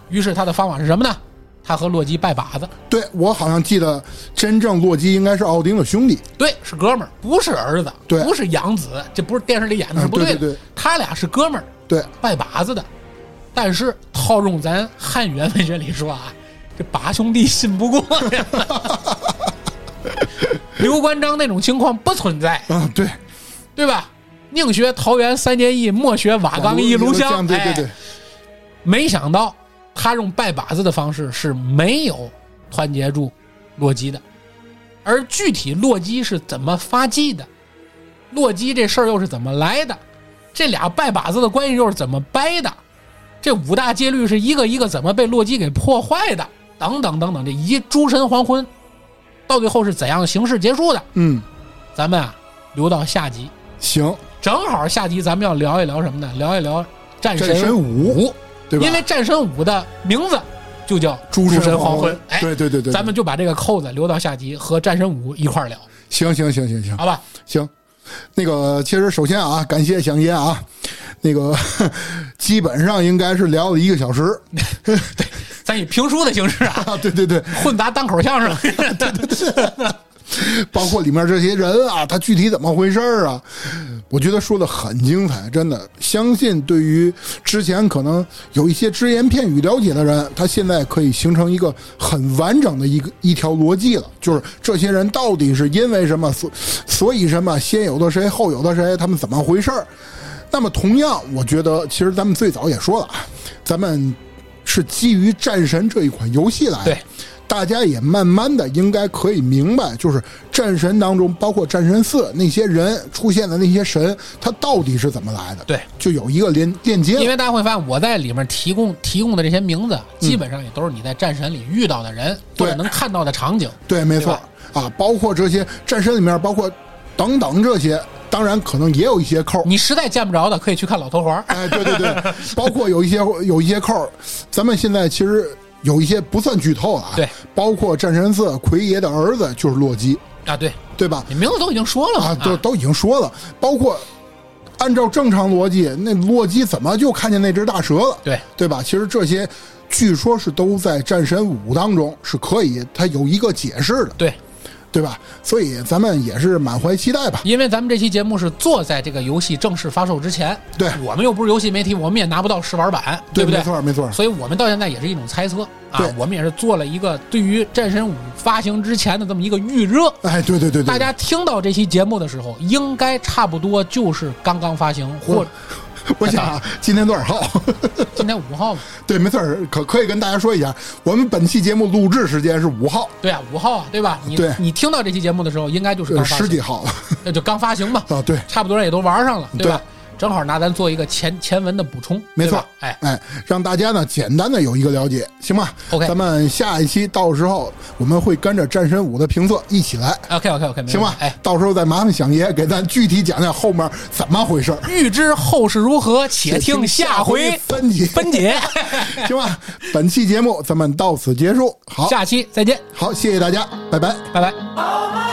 于是他的方法是什么呢？他和洛基拜把子，对我好像记得，真正洛基应该是奥丁的兄弟，对，是哥们儿，不是儿子，对不是养子，这不是电视里演的，嗯是不的。对对对他俩是哥们儿，对，拜把子的。但是套用咱汉语言文学里说啊，这把兄弟信不过呀。 (laughs) 刘关张那种情况不存在，啊，对，啊对吧？宁学桃园三结义，莫学瓦岗一炉香。对对对哎，没想到他用拜把子的方式是没有团结住洛基的，而具体洛基是怎么发迹的，洛基这事儿又是怎么来的，这俩拜把子的关系又是怎么掰的，这五大戒律是一个一个怎么被洛基给破坏的，等等等等，这一诸神黄昏到最后是怎样的形式结束的，嗯，咱们啊留到下集。行，正好下集咱们要聊一聊什么呢？聊一聊战战神五，五，对吧？因为战神五的名字就叫诸神黄昏。哎，对对对对，咱们就把这个扣子留到下集和战神五一块儿聊，行行行行行好吧？行。那个，其实首先啊，感谢香烟啊，那个 (laughs) 基本上应该是聊了一个小时咱以评书的形 (laughs) 式啊，啊，对对对，混杂单口相声，包括里面这些人啊，他具体怎么回事儿啊？我觉得说的很精彩，真的。相信对于之前可能有一些只言片语了解的人，他现在可以形成一个很完整的一个一条逻辑了，就是这些人到底是因为什么，所所以什么，先有的谁，后有的谁，他们怎么回事儿？那么同样，我觉得其实咱们最早也说了啊，咱们是基于《战神》这一款游戏来的。对大家也慢慢的应该可以明白，就是战神当中，包括战神四那些人出现的那些神，他到底是怎么来的？对，就有一个连链接了。因为大家会发现我在里面提供提供的这些名字，基本上也都是你在战神里遇到的人或嗯对者能看到的场景。对，没错啊，包括这些战神里面，包括等等这些，当然可能也有一些扣儿。你实在见不着的，可以去看老头环儿。哎，对对 (laughs) 对，包括有一些有一些扣儿，咱们现在其实有一些不算剧透了啊。对，包括战神四，奎爷的儿子就是洛基，啊，对，对吧？你名字都已经说了嘛啊，都啊都已经说了，包括按照正常逻辑，那洛基怎么就看见那只大蛇了？对对吧？其实这些据说是都在《战神五》当中是可以，它有一个解释的，对，对吧？所以咱们也是满怀期待吧。因为咱们这期节目是做在这个游戏正式发售之前，对我们又不是游戏媒体，我们也拿不到试玩版，不对没？错，没错。所以我们到现在也是一种猜测啊对，我们也是做了一个对于《战神五》发行之前的这么一个预热。哎，对对对对，大家听到这期节目的时候，应该差不多就是刚刚 (laughs) 发行，或我想 (laughs) 啊，今天多少号？ (laughs) 今天五号嘛？对，没错，可可以跟大家说一下，我们本期节目录制时间是五号，对啊，五号啊，对吧？你对你听到这期节目的时候，应该就是呃，刚发十几行，号那就刚发行嘛，啊，对。差不多人也都玩上了，对吧对？正好拿咱做一个前前文的补充，没错对吧哎，哎，让大家呢简单的有一个了解，行吧 OK 咱们下一期到时候我们会跟着《战神五》的评测一起来， OK OK OK，行吧？嗯哎，到时候再麻烦响爷给咱具体讲讲后面怎么回事儿，欲知后事如何，且听下回分解，分解。行吧？本期节目咱们到此结束，好，下期再见，好，谢谢大家，拜拜。拜拜。 Oh my